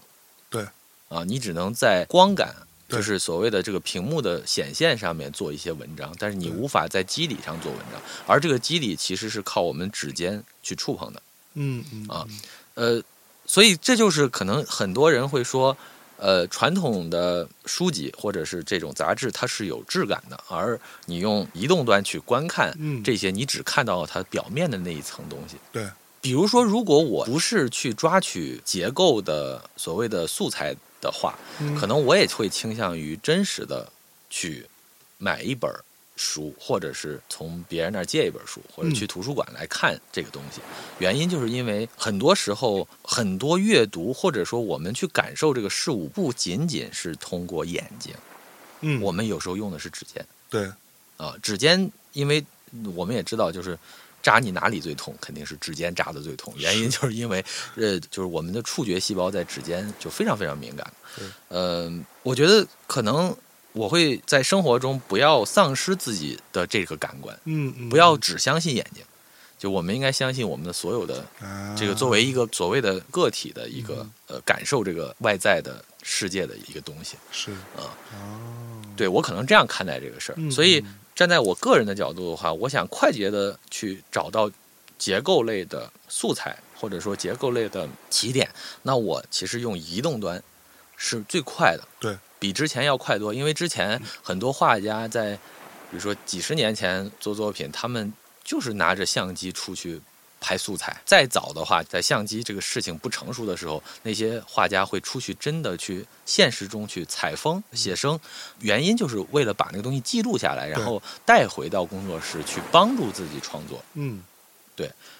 对，啊，你只能在光感，对就是所谓的这个屏幕的显现上面做一些文章，但是你对无法在基底上做文章，而这个基底其实是靠我们指尖去触碰的。嗯嗯啊，呃，所以这就是可能很多人会说，呃，传统的书籍或者是这种杂志，它是有质感的，而你用移动端去观看嗯这些，你只看到它表面的那一层东西。对，比如说，如果我不是去抓取结构的所谓的素材的话，嗯可能我也会倾向于真实的去买一本书，或者是从别人那儿借一本书，或者嗯去图书馆来看这个东西。原因就是因为很多时候，很多阅读或者说我们去感受这个事物，不仅仅是通过眼睛，嗯，我们有时候用的是指尖对啊、指尖，因为我们也知道就是。扎你哪里最痛？肯定是指尖扎的最痛。原因就是因为，呃，就是我们的触觉细胞在指尖就非常非常敏感。呃，我觉得可能我会在生活中不要丧失自己的这个感官，嗯嗯，不要只相信眼睛。就我们应该相信我们的所有的啊嗯这个作为一个所谓的个体的一个呃感受这个外在的世界的一个东西。是啊哦，对我可能这样看待这个事嗯儿，所以嗯站在我个人的角度的话，我想快捷的去找到结构类的素材，或者说结构类的起点。那我其实用移动端是最快的，对，比之前要快多，因为之前很多画家在，比如说几十年前做作品，他们就是拿着相机出去拍素材。再早的话，在相机这个事情不成熟的时候，那些画家会出去真的去现实中去采风、写生，原因就是为了把那个东西记录下来，然后带回到工作室去帮助自己创作。嗯，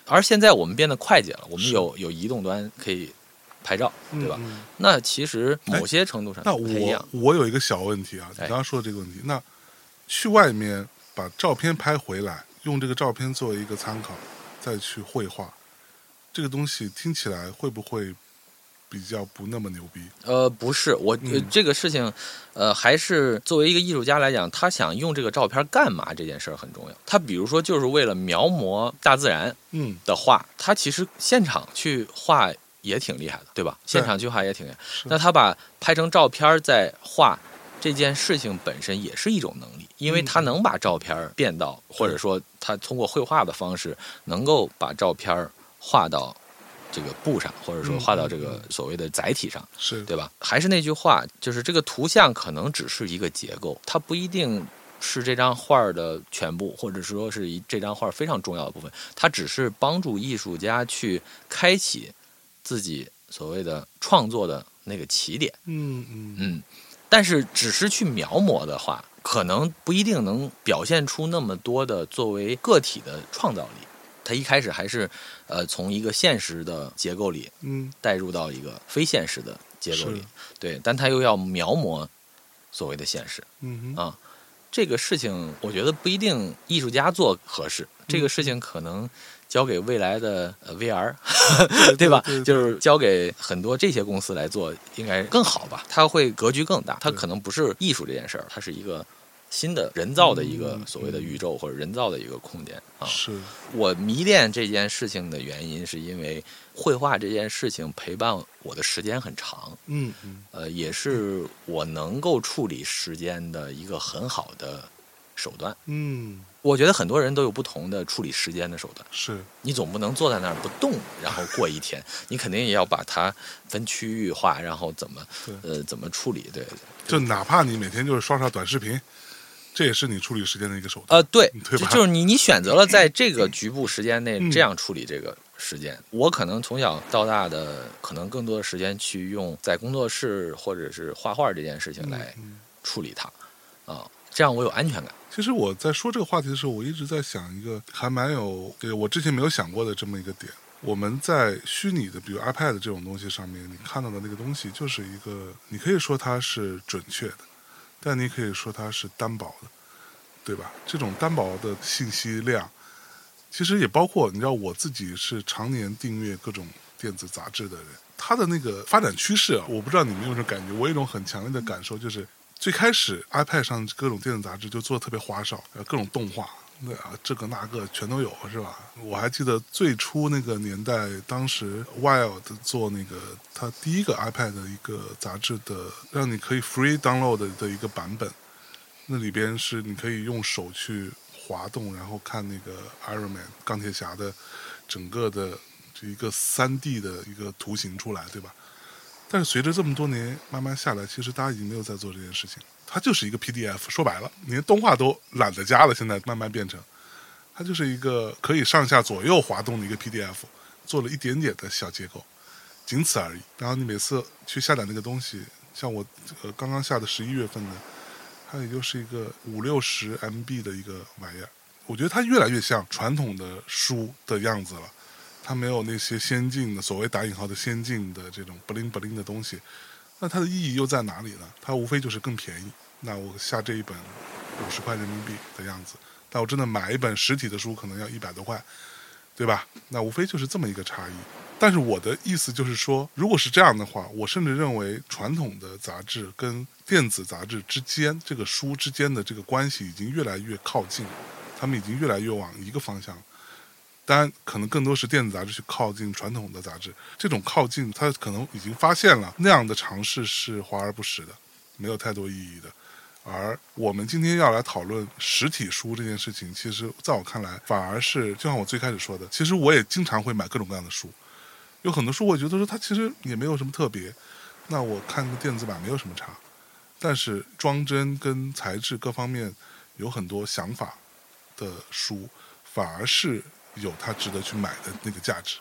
而现在我们变得快捷了，我们是有有移动端可以拍照，嗯对吧？嗯那其实某些程度上哎那不太一样我。我有一个小问题啊，你哎刚刚说的这个问题，那去外面把照片拍回来，用这个照片作为一个参考，再去绘画，这个东西听起来会不会比较不那么牛逼？呃，不是，我、呃嗯这个事情，呃，还是作为一个艺术家来讲，他想用这个照片干嘛这件事儿很重要。他比如说就是为了描摹大自然嗯，的画，他其实现场去画也挺厉害的，对吧？现场去画也挺厉害。是那他把拍成照片儿再画这件事情本身也是一种能力，因为嗯他能把照片儿变到，或者说他通过绘画的方式能够把照片儿画到这个布上，或者说嗯画到嗯这个嗯所谓的载体上。是，对吧？还是那句话，就是这个图像可能只是一个结构，它不一定是这张画儿的全部，或者说是一这张画儿非常重要的部分。它只是帮助艺术家去开启自己所谓的创作的那个起点。嗯嗯嗯，但是只是去描摹的话，可能不一定能表现出那么多的作为个体的创造力。他一开始还是呃从一个现实的结构里嗯，带入到一个非现实的结构里是，对，但他又要描摹所谓的现实。嗯啊这个事情，我觉得不一定艺术家做合适，嗯这个事情可能交给未来的呃 VR， <laughs> 哼，对吧？对就是交给很多这些公司来做，应该更好吧？它会格局更大，它对可能不是艺术这件事儿，它是一个新的人造的一个嗯所谓的宇宙或者人造的一个空间啊。是，我迷恋这件事情的原因，是因为绘画这件事情陪伴我的时间很长，嗯嗯呃，也是我能够处理时间的一个很好的手段。嗯，我觉得很多人都有不同的处理时间的手段，是，你总不能坐在那儿不动，然后过一天，你肯定也要把它分区域化，然后怎么对呃怎么处理？对，就哪怕你每天就是刷刷短视频，这也是你处理时间的一个手段。呃，对， <laughs> 对就吧就是你你选择 <laughs> 了在这个局部时间内嗯这样处理这个时间。我可能从小到大的，可能更多的时间去用在工作室或者是画画这件事情来嗯嗯处理它，啊，这样我有安全感。其实我在说这个话题的时候，我一直在想一个还蛮有对我之前没有想过的这么一个点。我们在虚拟的，比如 iPad 这种东西上面，你看到的那个东西，就是一个你可以说它是准确的，但你可以说它是单薄的，对吧？这种单薄的信息量，其实也包括你知道，我自己是常年订阅各种电子杂志的人，它的那个发展趋势啊，我不知道你们有什么感觉，我有一种很强烈的感受，就是最开始 iPad 上各种电子杂志就做的特别花哨，呃，各种动画，那啊这个那个全都有，是吧？我还记得最初那个年代，当时 Wild 做那个他第一个 iPad 的一个杂志的，让你可以 free download 的的一个版本，那里边是你可以用手去滑动，然后看那个 Iron Man 钢铁侠的整个的这一个三 D 的一个图形出来，对吧？但是随着这么多年慢慢下来，其实大家已经没有在做这件事情，它就是一个 PDF。说白了，连动画都懒得加了，现在慢慢变成，它就是一个可以上下左右滑动的一个 PDF，做了一点点的小结构，仅此而已。然后你每次去下载那个东西，像我呃刚刚下的十一月份的，它也就是一个五六十 MB 的一个玩意儿。我觉得它越来越像传统的书的样子了。它没有那些先进的所谓打引号的先进的这种 bling bling 的东西，那它的意义又在哪里呢？它无非就是更便宜。那我下这一本五十块人民币的样子，但我真的买一本实体的书可能要一百多块，对吧？那无非就是这么一个差异。但是我的意思就是说，如果是这样的话，我甚至认为传统的杂志跟电子杂志之间，这个书之间的这个关系已经越来越靠近了，他们已经越来越往一个方向当然，可能更多是电子杂志去靠近传统的杂志，这种靠近，它可能已经发现了那样的尝试是华而不实的，没有太多意义的。而我们今天要来讨论实体书这件事情，其实在我看来，反而是就像我最开始说的，其实我也经常会买各种各样的书，有很多书我觉得说它其实也没有什么特别，那我看个电子版没有什么差，但是装帧跟材质各方面有很多想法的书，反而是有它值得去买的那个价值，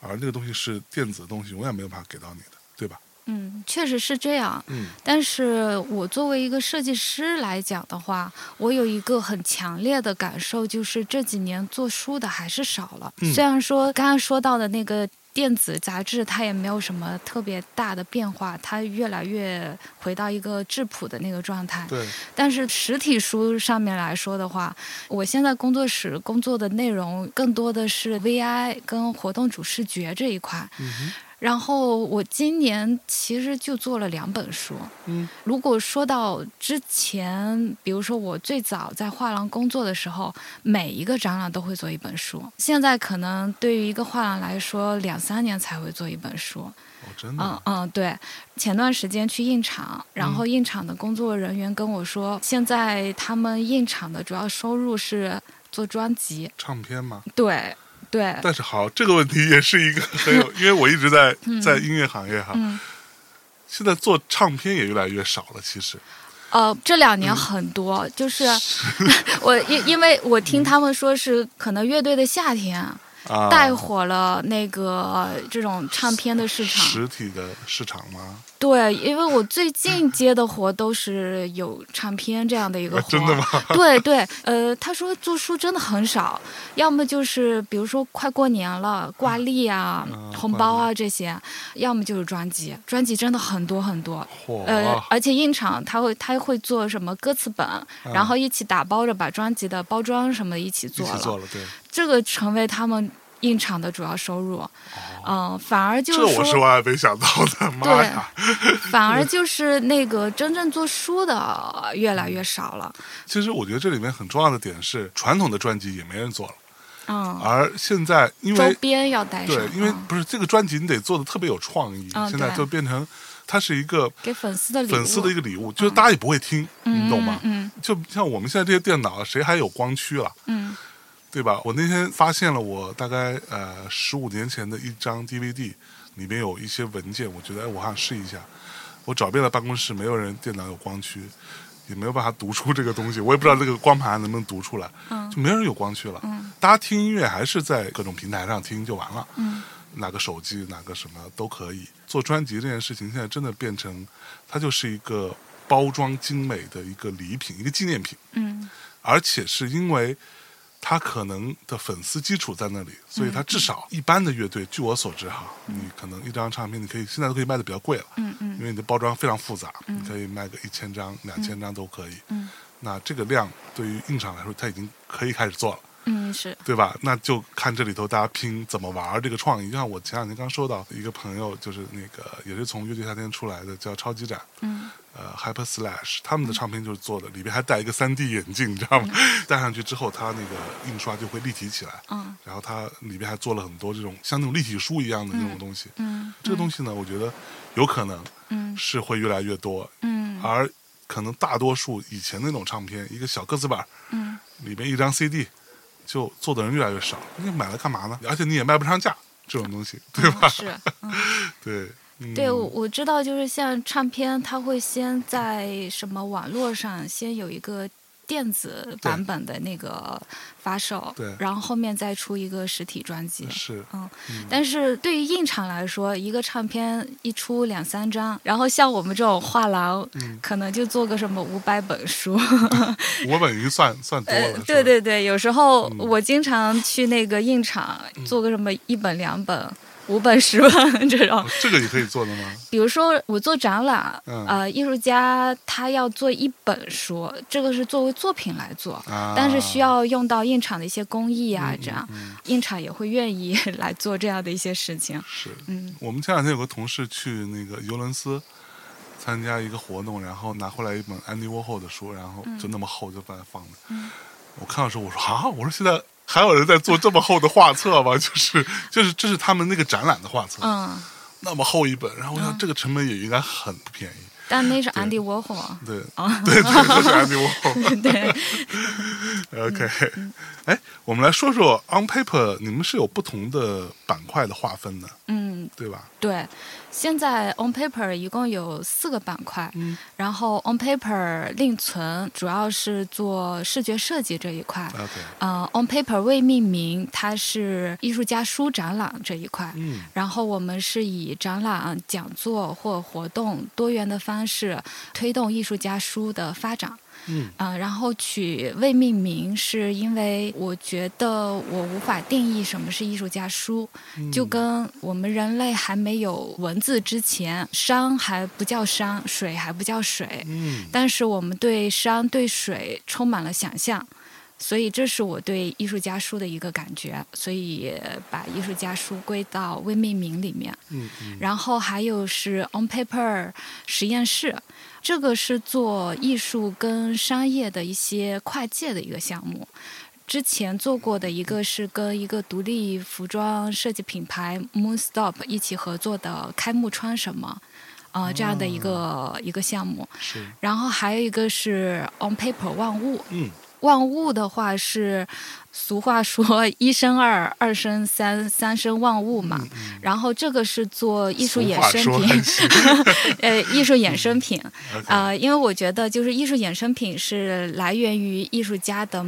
而那个东西是电子的东西，永远没有办法给到你的，对吧？嗯，确实是这样。嗯但是我作为一个设计师来讲的话，我有一个很强烈的感受，就是这几年做书的还是少了。嗯虽然说刚刚说到的那个电子杂志，它也没有什么特别大的变化，它越来越回到一个质朴的那个状态。对，但是实体书上面来说的话，我现在工作室工作的内容更多的是 VI 跟活动主视觉这一块。嗯然后我今年其实就做了两本书。嗯，如果说到之前，比如说我最早在画廊工作的时候，每一个展览都会做一本书。现在可能对于一个画廊来说，两三年才会做一本书。哦，真的嗯吗，嗯，对。前段时间去印厂，然嗯后印厂的工作人员跟我说，现在他们印厂的主要收入是做专辑。唱片吗？嗯对，对，但是好，这个问题也是一个很有，因为我一直 <laughs> 在在音乐行业哈，嗯。现在做唱片也越来越少了，其实，呃，这两嗯年很多，就是 <laughs> 我因因为我嗯听他们说是可能乐队的夏天啊，带火了那个这种唱片的市场。实体的市场吗？对，因为我最近接的活都是有唱片这样的一个活。哎真的吗？ <laughs> 对对，呃，他说做书真的很少，要么就是比如说快过年了，挂历啊、嗯红包啊这些，要么就是专辑，专辑真的很多很多。嚯、呃，而且印厂他会他会做什么歌词本，嗯然后一起打包着把专辑的包装什么一起一做了，起做了，对，这个成为他们印厂的主要收入。嗯、反而就哦这是我是说，万万没想到的，妈呀！反而就是那个真正做书的越嗯来越少了。其实我觉得这里面很重要的点是，传统的专辑也没人做了，嗯，而现在啊因周为边要带上，对，因为嗯不是这个专辑你得做的特别有创意，嗯现在对就变成它是一个给粉丝的礼物，粉丝的一个礼物，就是大家也不会听，嗯你懂吗？嗯就像我们现在这些电脑，谁还有光驱了？嗯对吧？我那天发现了我大概呃十五年前的一张 DVD，里面有一些文件，我觉得哎，我想试一下。我找遍了办公室，没有人电脑有光驱，也没有办法读出这个东西，我也不知道这个光盘能不能读出来，嗯就没有人有光驱了。嗯大家听音乐还是在各种平台上听就完了，嗯哪个手机哪个什么都可以。做专辑这件事情现在真的变成，它就是一个包装精美的一个礼品，一个纪念品。嗯而且是因为他可能的粉丝基础在那里，所以他至少一般的乐队，据我所知哈，你可能一张唱片你可以现在都可以卖的比较贵了，嗯嗯因为你的包装非常复杂，你可以卖个一千张、两千张都可以。嗯那这个量对于硬厂来说，它已经可以开始做了。嗯，是，对吧？那就看这里头大家拼怎么玩儿这个创意。就像我前两天刚收到一个朋友，就是那个也是从乐队夏天出来的，叫超级展，嗯呃，Hyper Slash 他们的唱片就是做的，里边还戴一个 3D 眼镜，你知道吗？戴上去之后，它那个印刷就会立体起来。嗯然后它里边还做了很多这种像那种立体书一样的那种东西。嗯，这个东西呢，我觉得有可能嗯是会越来越多，嗯而可能大多数以前那种唱片，一个小歌词板儿嗯里边一张 CD，就做的人越来越少。你买来干嘛呢？而且你也卖不上价，这种东西，对吧？<laughs> 嗯，是。对，嗯、对，我我知道，就是像唱片，它会先在什么网络上先有一个电子版本的那个发售，对然后后面再出一个实体专辑。是嗯，但是对于印厂来说，一个唱片一出两三张，然后像我们这种画廊，嗯可能就做个什么五百本书。我本已经算算多了呃，是吧， <laughs> 对对对，有时候嗯我经常去那个印厂做个什么一本两本、五本十本 <laughs> 这种哦，，这个也可以做的吗？比如说我做展览，嗯呃，艺术家他要做一本书，这个是作为作品来做，啊，但是需要用到印厂的一些工艺啊，嗯这样、嗯嗯印厂也会愿意来做这样的一些事情。是。嗯我们前两天有个同事去那个尤伦斯参加一个活动，然后拿回来一本安迪沃霍的书，然后嗯就那么厚就放放着。我看到的时候，我说啊，我说现在还有人在做这么厚的画册吗？ <laughs> 就是就是这是他们那个展览的画册，嗯，那么厚一本，然后我想这个成本也应该很不便宜。但那是对安迪沃霍嘛，对、对对，这是安迪沃霍。哦 <laughs> 对， <laughs> 嗯 OK，哎，我们来说说 On Paper，你们是有不同的板块的划分的。嗯，嗯，对吧？对，现在 On Paper 一共有四个板块，嗯然后 On Paper 另存主要是做视觉设计这一块， ，OK，呃，On Paper 未命名它是艺术家书展览这一块，嗯然后我们是以展览、讲座或活动多元的方式推动艺术家书的发展。嗯嗯，然后取未命名，是因为我觉得我无法定义什么是艺术家书，就跟我们人类还没有文字之前，山还不叫山，水还不叫水，嗯但是我们对山对水充满了想象，所以这是我对艺术家书的一个感觉，所以把艺术家书归到未命名里面。嗯嗯然后还有是 On Paper 实验室，这个是做艺术跟商业的一些跨界的一个项目。之前做过的一个是跟一个独立服装设计品牌 Moonstop 一起合作的“开幕穿什么”，呃，这样的一个、一个项目。是，然后还有一个是 On Paper 万物，嗯万物的话是，俗话说一生二，二生三，三生万物嘛。然后这个是做艺术衍嗯俗生话说嗯还 <laughs> 品，行呃，艺术衍生品啊、 ，OK，呃因为我觉得就是艺术衍生品是来源于艺术家的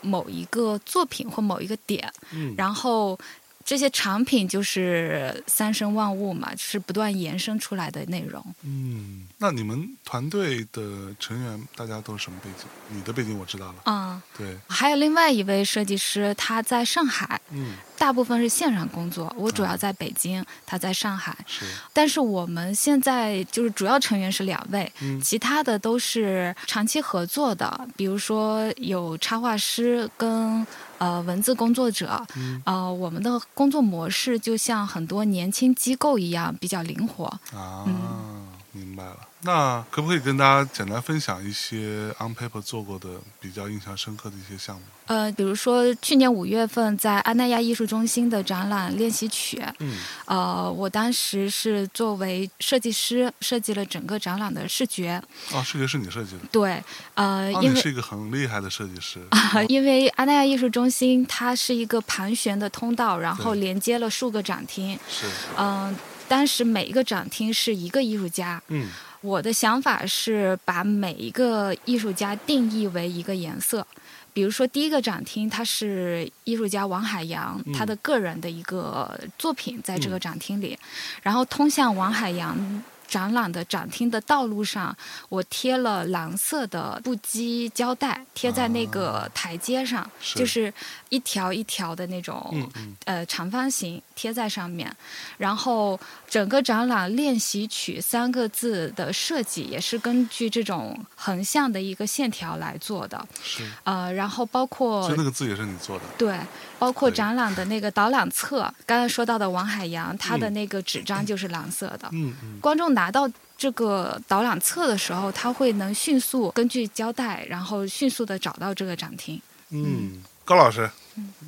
某一个作品或某一个点，嗯然后。这些产品就是三生万物嘛，就是不断延伸出来的内容。嗯，那你们团队的成员大家都是什么背景？你的背景我知道了，啊、对，还有另外一位设计师，他在上海，嗯大部分是线上工作，我主要在北京，他在上海。是，但是我们现在就是主要成员是两位，嗯其他的都是长期合作的，比如说有插画师跟呃文字工作者。嗯呃，我们的工作模式就像很多年轻机构一样，比较灵活。啊。嗯明白了，那可不可以跟大家简单分享一些 On Paper 做过的比较印象深刻的一些项目？呃，比如说去年五月份在安那亚艺术中心的展览《练习曲》，嗯呃，我当时是作为设计师设计了整个展览的视觉。啊，视觉是你设计的，对，呃，啊，你因为是一个很厉害的设计师，哦啊，因为安那亚艺术中心它是一个盘旋的通道，然后对连接了数个展厅。是，嗯、当时每一个展厅是一个艺术家。嗯我的想法是把每一个艺术家定义为一个颜色。比如说，第一个展厅它是艺术家王海洋、嗯他的个人的一个作品在嗯这个展厅里，然后通向王海洋展览的展厅的道路上，我贴了蓝色的布基胶带，贴在那个台阶上，啊是就是一条一条的那种、嗯嗯呃长方形贴在上面，然后整个展览“练习曲”三个字的设计也是根据这种横向的一个线条来做的，是，呃，然后包所括以那个字也是你做的，对，包括对展览的那个导览册，刚才说到的王海洋，他的嗯那个纸张就是蓝色的，嗯嗯观众拿到这个导览册的时候，他会能迅速根据胶带，然后迅速的找到这个展厅。嗯，高老师，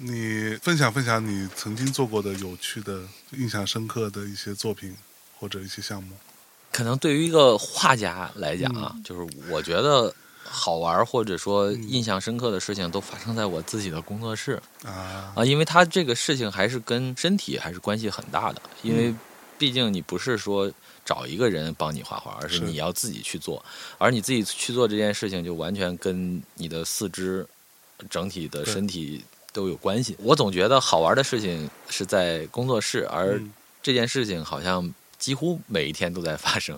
你分享分享你曾经做过的有趣的、印象深刻的一些作品或者一些项目，可能对于一个画家来讲啊，嗯就是我觉得好玩或者说印象深刻的事情都发生在我自己的工作室啊，啊，因为它这个事情还是跟身体还是关系很大的，因为毕竟你不是说找一个人帮你画画，而是是你要自己去做，而你自己去做这件事情就完全跟你的四肢、整体的对身体都有关系。我总觉得好玩的事情是在工作室，而嗯这件事情好像几乎每一天都在发生。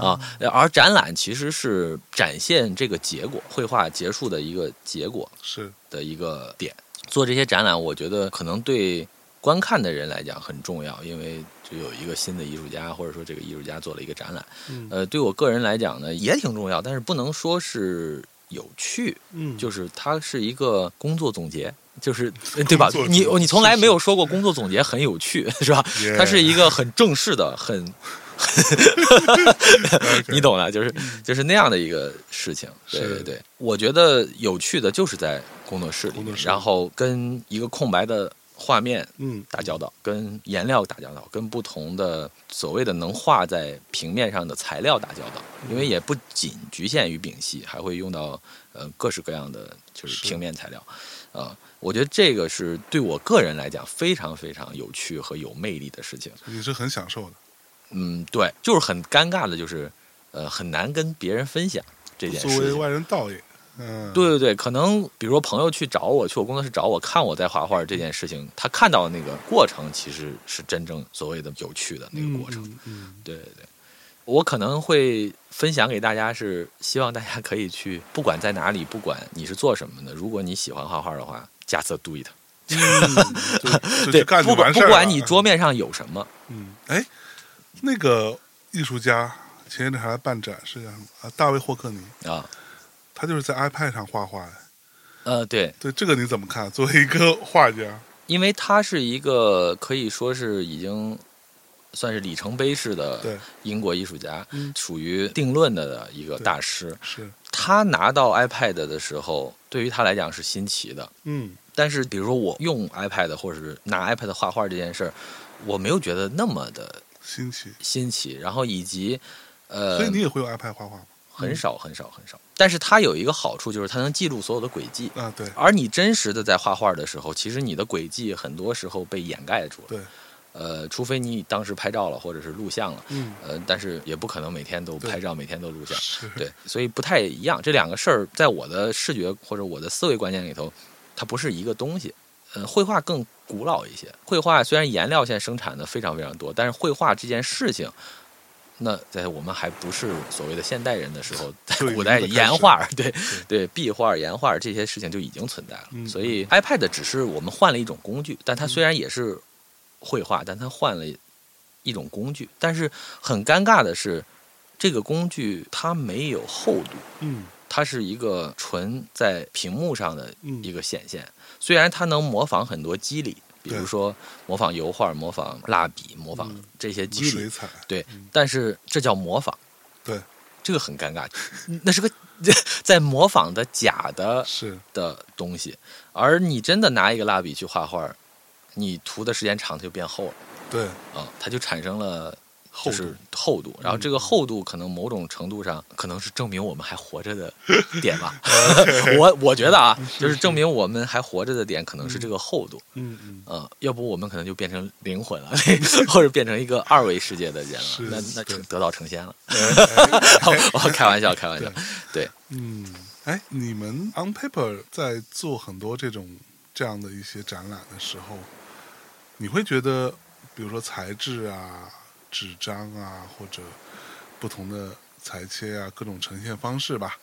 啊啊，而展览其实是展现这个结果，绘画结束的一个结果是，的一个点。做这些展览，我觉得可能对观看的人来讲很重要，因为就有一个新的艺术家，或者说这个艺术家做了一个展览。嗯呃，对我个人来讲呢，也挺重要，但是不能说是有趣，嗯就是它是一个工作总结。就是呃对吧工作？总你结你从来是是没有说过工作总结很有趣，是吧？ Yeah 它是一个很正式的、很你懂的，就是就是那样的一个事情。对嗯是对对，我觉得有趣的就是在工作室里工作面，室然后跟一个空白的画面嗯打交道，跟颜料打交道，跟不同的所谓的能画在平面上的材料打交道，嗯因为也不仅局限于丙烯，还会用到呃各式各样的就是是平面材料。啊，我觉得这个是对我个人来讲非常非常有趣和有魅力的事情。也是很享受的。嗯，对，就是很尴尬的，就是呃很难跟别人分享这件事作为情。外人道也，嗯，对对对，可能比如说朋友去找我，去我工作室找我，看我在画画这件事情，他看到那个过程，其实是真正所谓的有趣的那个嗯，过程。嗯，嗯对对对，我可能会分享给大家是希望大家可以去，不管在哪里，不管你是做什么的，如果你喜欢画画的话，just do it。嗯 <laughs> 就就对去，干不就管完不事儿管了你桌面上有什么，嗯，哎，那个艺术家前一阵还来办展是这样的啊，大卫霍克尼，啊，他就是在 iPad 上画画的。呃，对，对这个你怎么看？作为一个画家，因为它是一个可以说是已经算是里程碑式的对英国艺术家嗯，属于定论的的一个大师。是，他拿到 iPad 的时候，对于他来讲是新奇的。嗯，但是，比如说我用 iPad 或者是拿 iPad 画画这件事儿，我没有觉得那么的新奇。新奇。然后以及，呃所以，你也会用 iPad 画画吗？很少很少很少。但是它有一个好处，就是它能记录所有的轨迹。啊，对而你真实的在画画的时候，其实你的轨迹很多时候被掩盖住了。对，呃，除非你当时拍照了或者是录像了，嗯，呃，但是也不可能每天都对拍照，每天都录像。是，啊对，所以不太一样。这两个事儿在我的视觉或者我的思维观念里头，它不是一个东西。呃，绘画更古老一些。绘画虽然颜料现在生产的非常非常多，但是绘画这件事情，那在我们还不是所谓的现代人的时候，在就已经古代在开岩始画，对对，壁画、岩画这些事情就已经存在了。嗯所以 iPad 只是我们换了一种工具，但它虽然也是绘画，但它换了一种工具。但是很尴尬的是，这个工具它没有厚度，嗯它是一个纯在屏幕上的嗯，一个显现。虽然它能模仿很多肌理，比如对说模仿油画、模仿蜡笔、模仿嗯这些肌水理，彩，对嗯，但是这叫模仿。对，这个很尴 <laughs> 尬，那是个 <laughs> 在模仿的假的是，的东西，而你真的拿一个蜡笔去画画，你涂的时间长，它就变厚了对，啊，它就产生了。厚就度是厚度，嗯然后这个厚度可能某种程度上可能是证明我们还活着 <laughs> 的点吧。我我觉得啊，就是证明我们还活着的点可能是这个厚度，嗯 <laughs> 嗯，呃，要不我们可能就变成灵魂了， <laughs> 或者变成一个二维世界的人了是，那那对成得道成仙了。 <laughs> 哎哎我开玩笑，开玩笑。对，嗯，哎，你们 On Paper 在做很多这种这样的一些展览的时候，你会觉得，比如说材质啊、纸张啊，或者不同的裁切啊，各种呈现方式吧，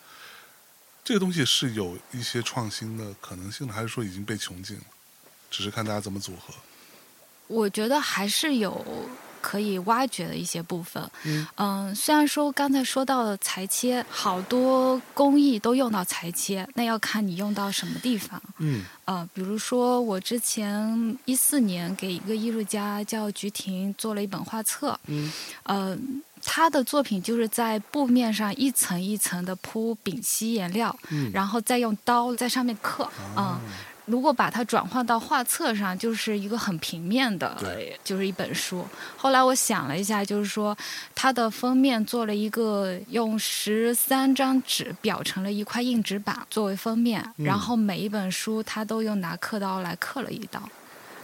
这个东西是有一些创新的可能性的，还是说已经被穷尽了？只是看大家怎么组合。我觉得还是有可以挖掘的一些部分。嗯虽然说刚才说到了裁切，好多工艺都用到裁切，那要看你用到什么地方。嗯呃，比如说我之前一四年给一个艺术家叫菊婷做了一本画册，嗯呃，他的作品就是在布面上一层一层的铺丙烯颜料，嗯然后再用刀在上面刻，嗯、啊如果把它转换到画册上，就是一个很平面的对，就是一本书。后来我想了一下，就是说它的封面做了一个用十三张纸裱成了一块硬纸板作为封面，嗯然后每一本书它都用拿刻刀来刻了一刀。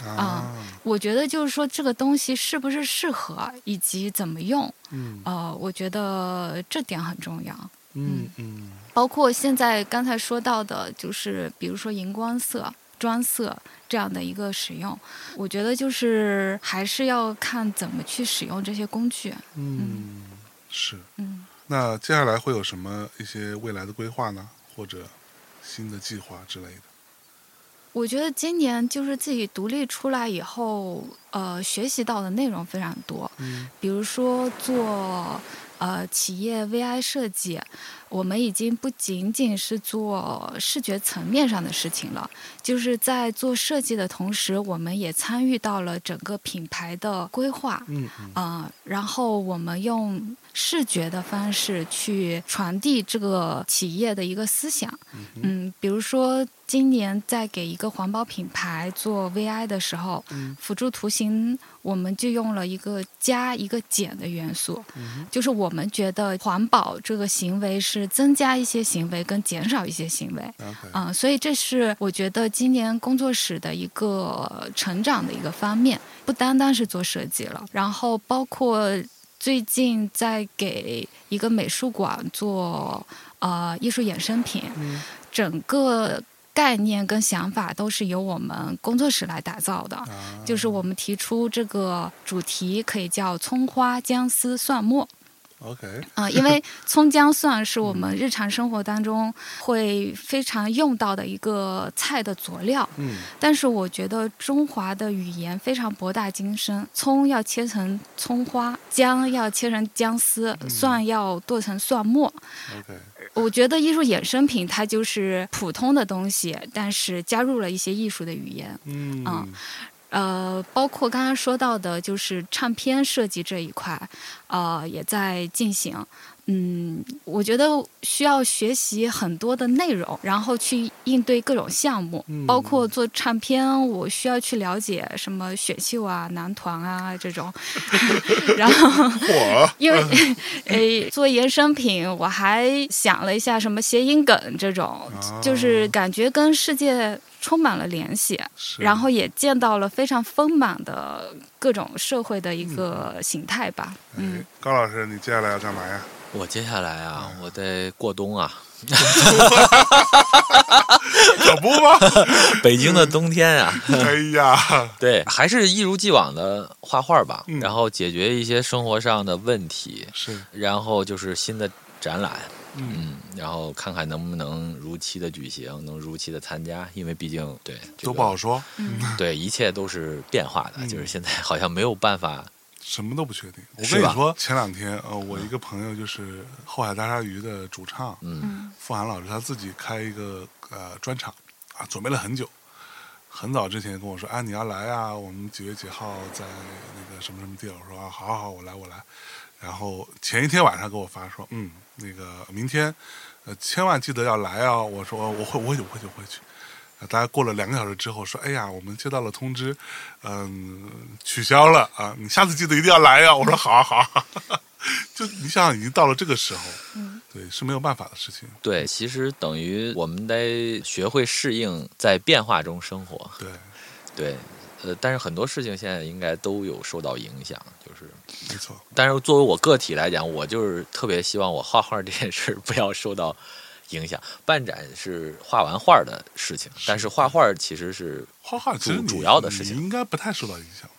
啊我觉得就是说这个东西是不是适合以及怎么用，嗯呃，我觉得这点很重要。嗯嗯包括现在刚才说到的，就是比如说荧光色、砖色这样的一个使用，我觉得就是还是要看怎么去使用这些工具。嗯，是。嗯，那接下来会有什么一些未来的规划呢？或者新的计划之类的？我觉得今年就是自己独立出来以后，呃，学习到的内容非常多，嗯比如说做。呃，企业 VI 设计，我们已经不仅仅是做视觉层面上的事情了，就是在做设计的同时，我们也参与到了整个品牌的规划。嗯嗯啊、然后我们用视觉的方式去传递这个企业的一个思想，嗯哼嗯，比如说今年在给一个环保品牌做 VI 的时候，嗯辅助图形我们就用了一个加一个减的元素，嗯就是我们觉得环保这个行为是增加一些行为跟减少一些行为。 ，OK，嗯，所以这是我觉得今年工作室的一个成长的一个方面，不单单是做设计了，然后包括最近在给一个美术馆做呃艺术衍生品，嗯整个概念跟想法都是由我们工作室来打造的。啊就是我们提出这个主题可以叫葱花、姜丝、蒜末， OK，嗯，因为葱姜蒜是我们日常生活当中会非常用到的一个菜的佐料，嗯但是我觉得中华的语言非常博大精深，葱要切成葱花，姜要切成姜丝，蒜要剁成蒜末。 ，OK，我觉得艺术衍生品它就是普通的东西，但是加入了一些艺术的语言。嗯啊呃，包括刚刚说到的，就是唱片设计这一块，呃，也在进行。嗯，我觉得需要学习很多的内容，然后去应对各种项目，嗯包括做唱片，我需要去了解什么选秀啊、男团啊这种。 <laughs> 然后， <laughs> 嚯，因为 <laughs> 诶、做衍生品，我还想了一下什么谐音梗这种，哦就是感觉跟世界充满了联系。是然后也见到了非常丰满的各种社会的一个形态吧。嗯哎，高老师，你接下来要干嘛呀？我接下来啊，我得过冬啊，可不吗？ <laughs> 北京的冬天啊，哎呀，对，还是一如既往的画画吧，嗯然后解决一些生活上的问题，是，然后就是新的展览，嗯，嗯，然后看看能不能如期的举行，能如期的参加，因为毕竟对都不，好说，嗯这个对，一切都是变化的，嗯就是现在好像没有办法，什么都不确定。我是跟你吧说，前两天呃，我一个朋友就是后海大鲨鱼的主唱嗯嗯付涵老师，他自己开一个呃专场啊，准备了很久。很早之前跟我说，啊，你要来啊，我们几月几号在那个什么什么地儿？我说啊，好好好，我来我来。然后前一天晚上给我发说，嗯，那个明天，呃，千万记得要来啊！我说我会，我会去，我会去，我会去。啊大家过了两个小时之后说，哎呀，我们接到了通知，嗯，取消了啊，你下次记得一定要来呀、我说好啊好 <laughs> 啊，就你想想，已经到了这个时候，嗯对，是没有办法的事情，对，其实等于我们得学会适应在变化中生活，对，对，呃，但是很多事情现在应该都有受到影响，就是没错，但是作为我个体来讲，我就是特别希望我画画这件事儿不要受到影响。办展是画完画的事情，但是画画其实是画画其实主你主要的事你情应该不太受到影响吧？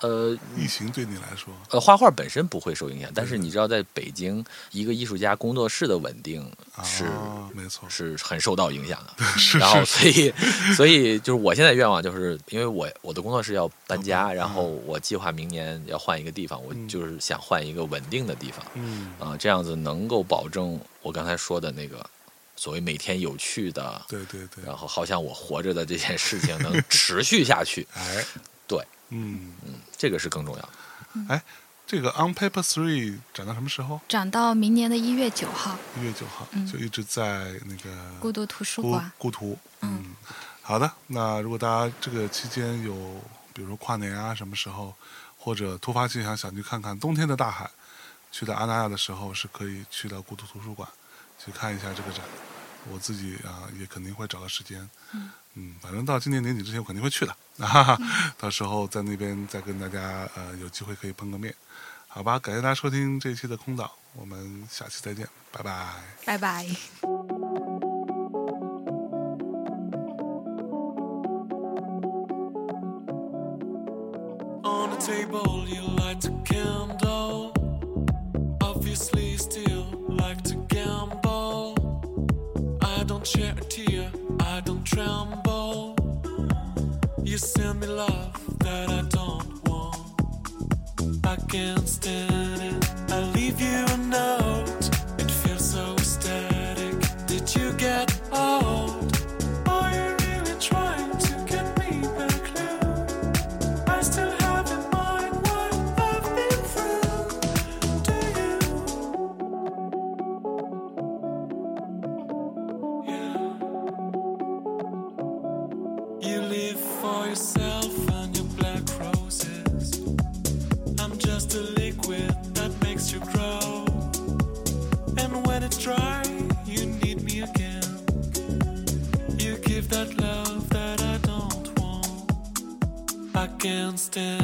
呃疫情对你来说，呃，画画本身不会受影响，但是你知道，在北京一个艺术家工作室的稳定是、啊，没错，是很受到影响的。是然后，是所以，所以就是我现在愿望就是，因为我我的工作室要搬家，嗯然后我计划明年要换一个地方，我嗯就是想换一个稳定的地方。嗯，啊、这样子能够保证我刚才说的那个所谓每天有趣的，对对对，然后好像我活着的这件事情能持续下去，哎，对，嗯，嗯，这个是更重要的。这个 On Paper Three 展到什么时候？展到明年的一月九号，一月九号，嗯就一直在那个孤独图书孤馆。孤图。嗯，好的。那如果大家这个期间有，比如说跨年啊，什么时候，或者突发奇想想去看看冬天的大海，去到阿那亚的时候，是可以去到孤独图书馆去看一下这个展。我自己啊，也肯定会找个时间。嗯反正到今年年底之前，我肯定会去的。哈哈， <laughs> 到时候在那边再跟大家呃有机会可以碰个面，好吧？感谢大家收听这一期的空岛，我们下期再见，拜拜。拜拜。 On the table, you light a candle. Obviously, still like to gamble. I don't shed a tear, I don't tremble. You send me love that I don't want. I can't stand it. I leave you a note. It feels so static. Did you get old? Are you really trying to get me back now? I still have in mind what I've been through to you. Yeah. yourself and your black roses. I'm just a liquid that makes you grow. And when it's dry, you need me again. You give that love that I don't want. I can't stand.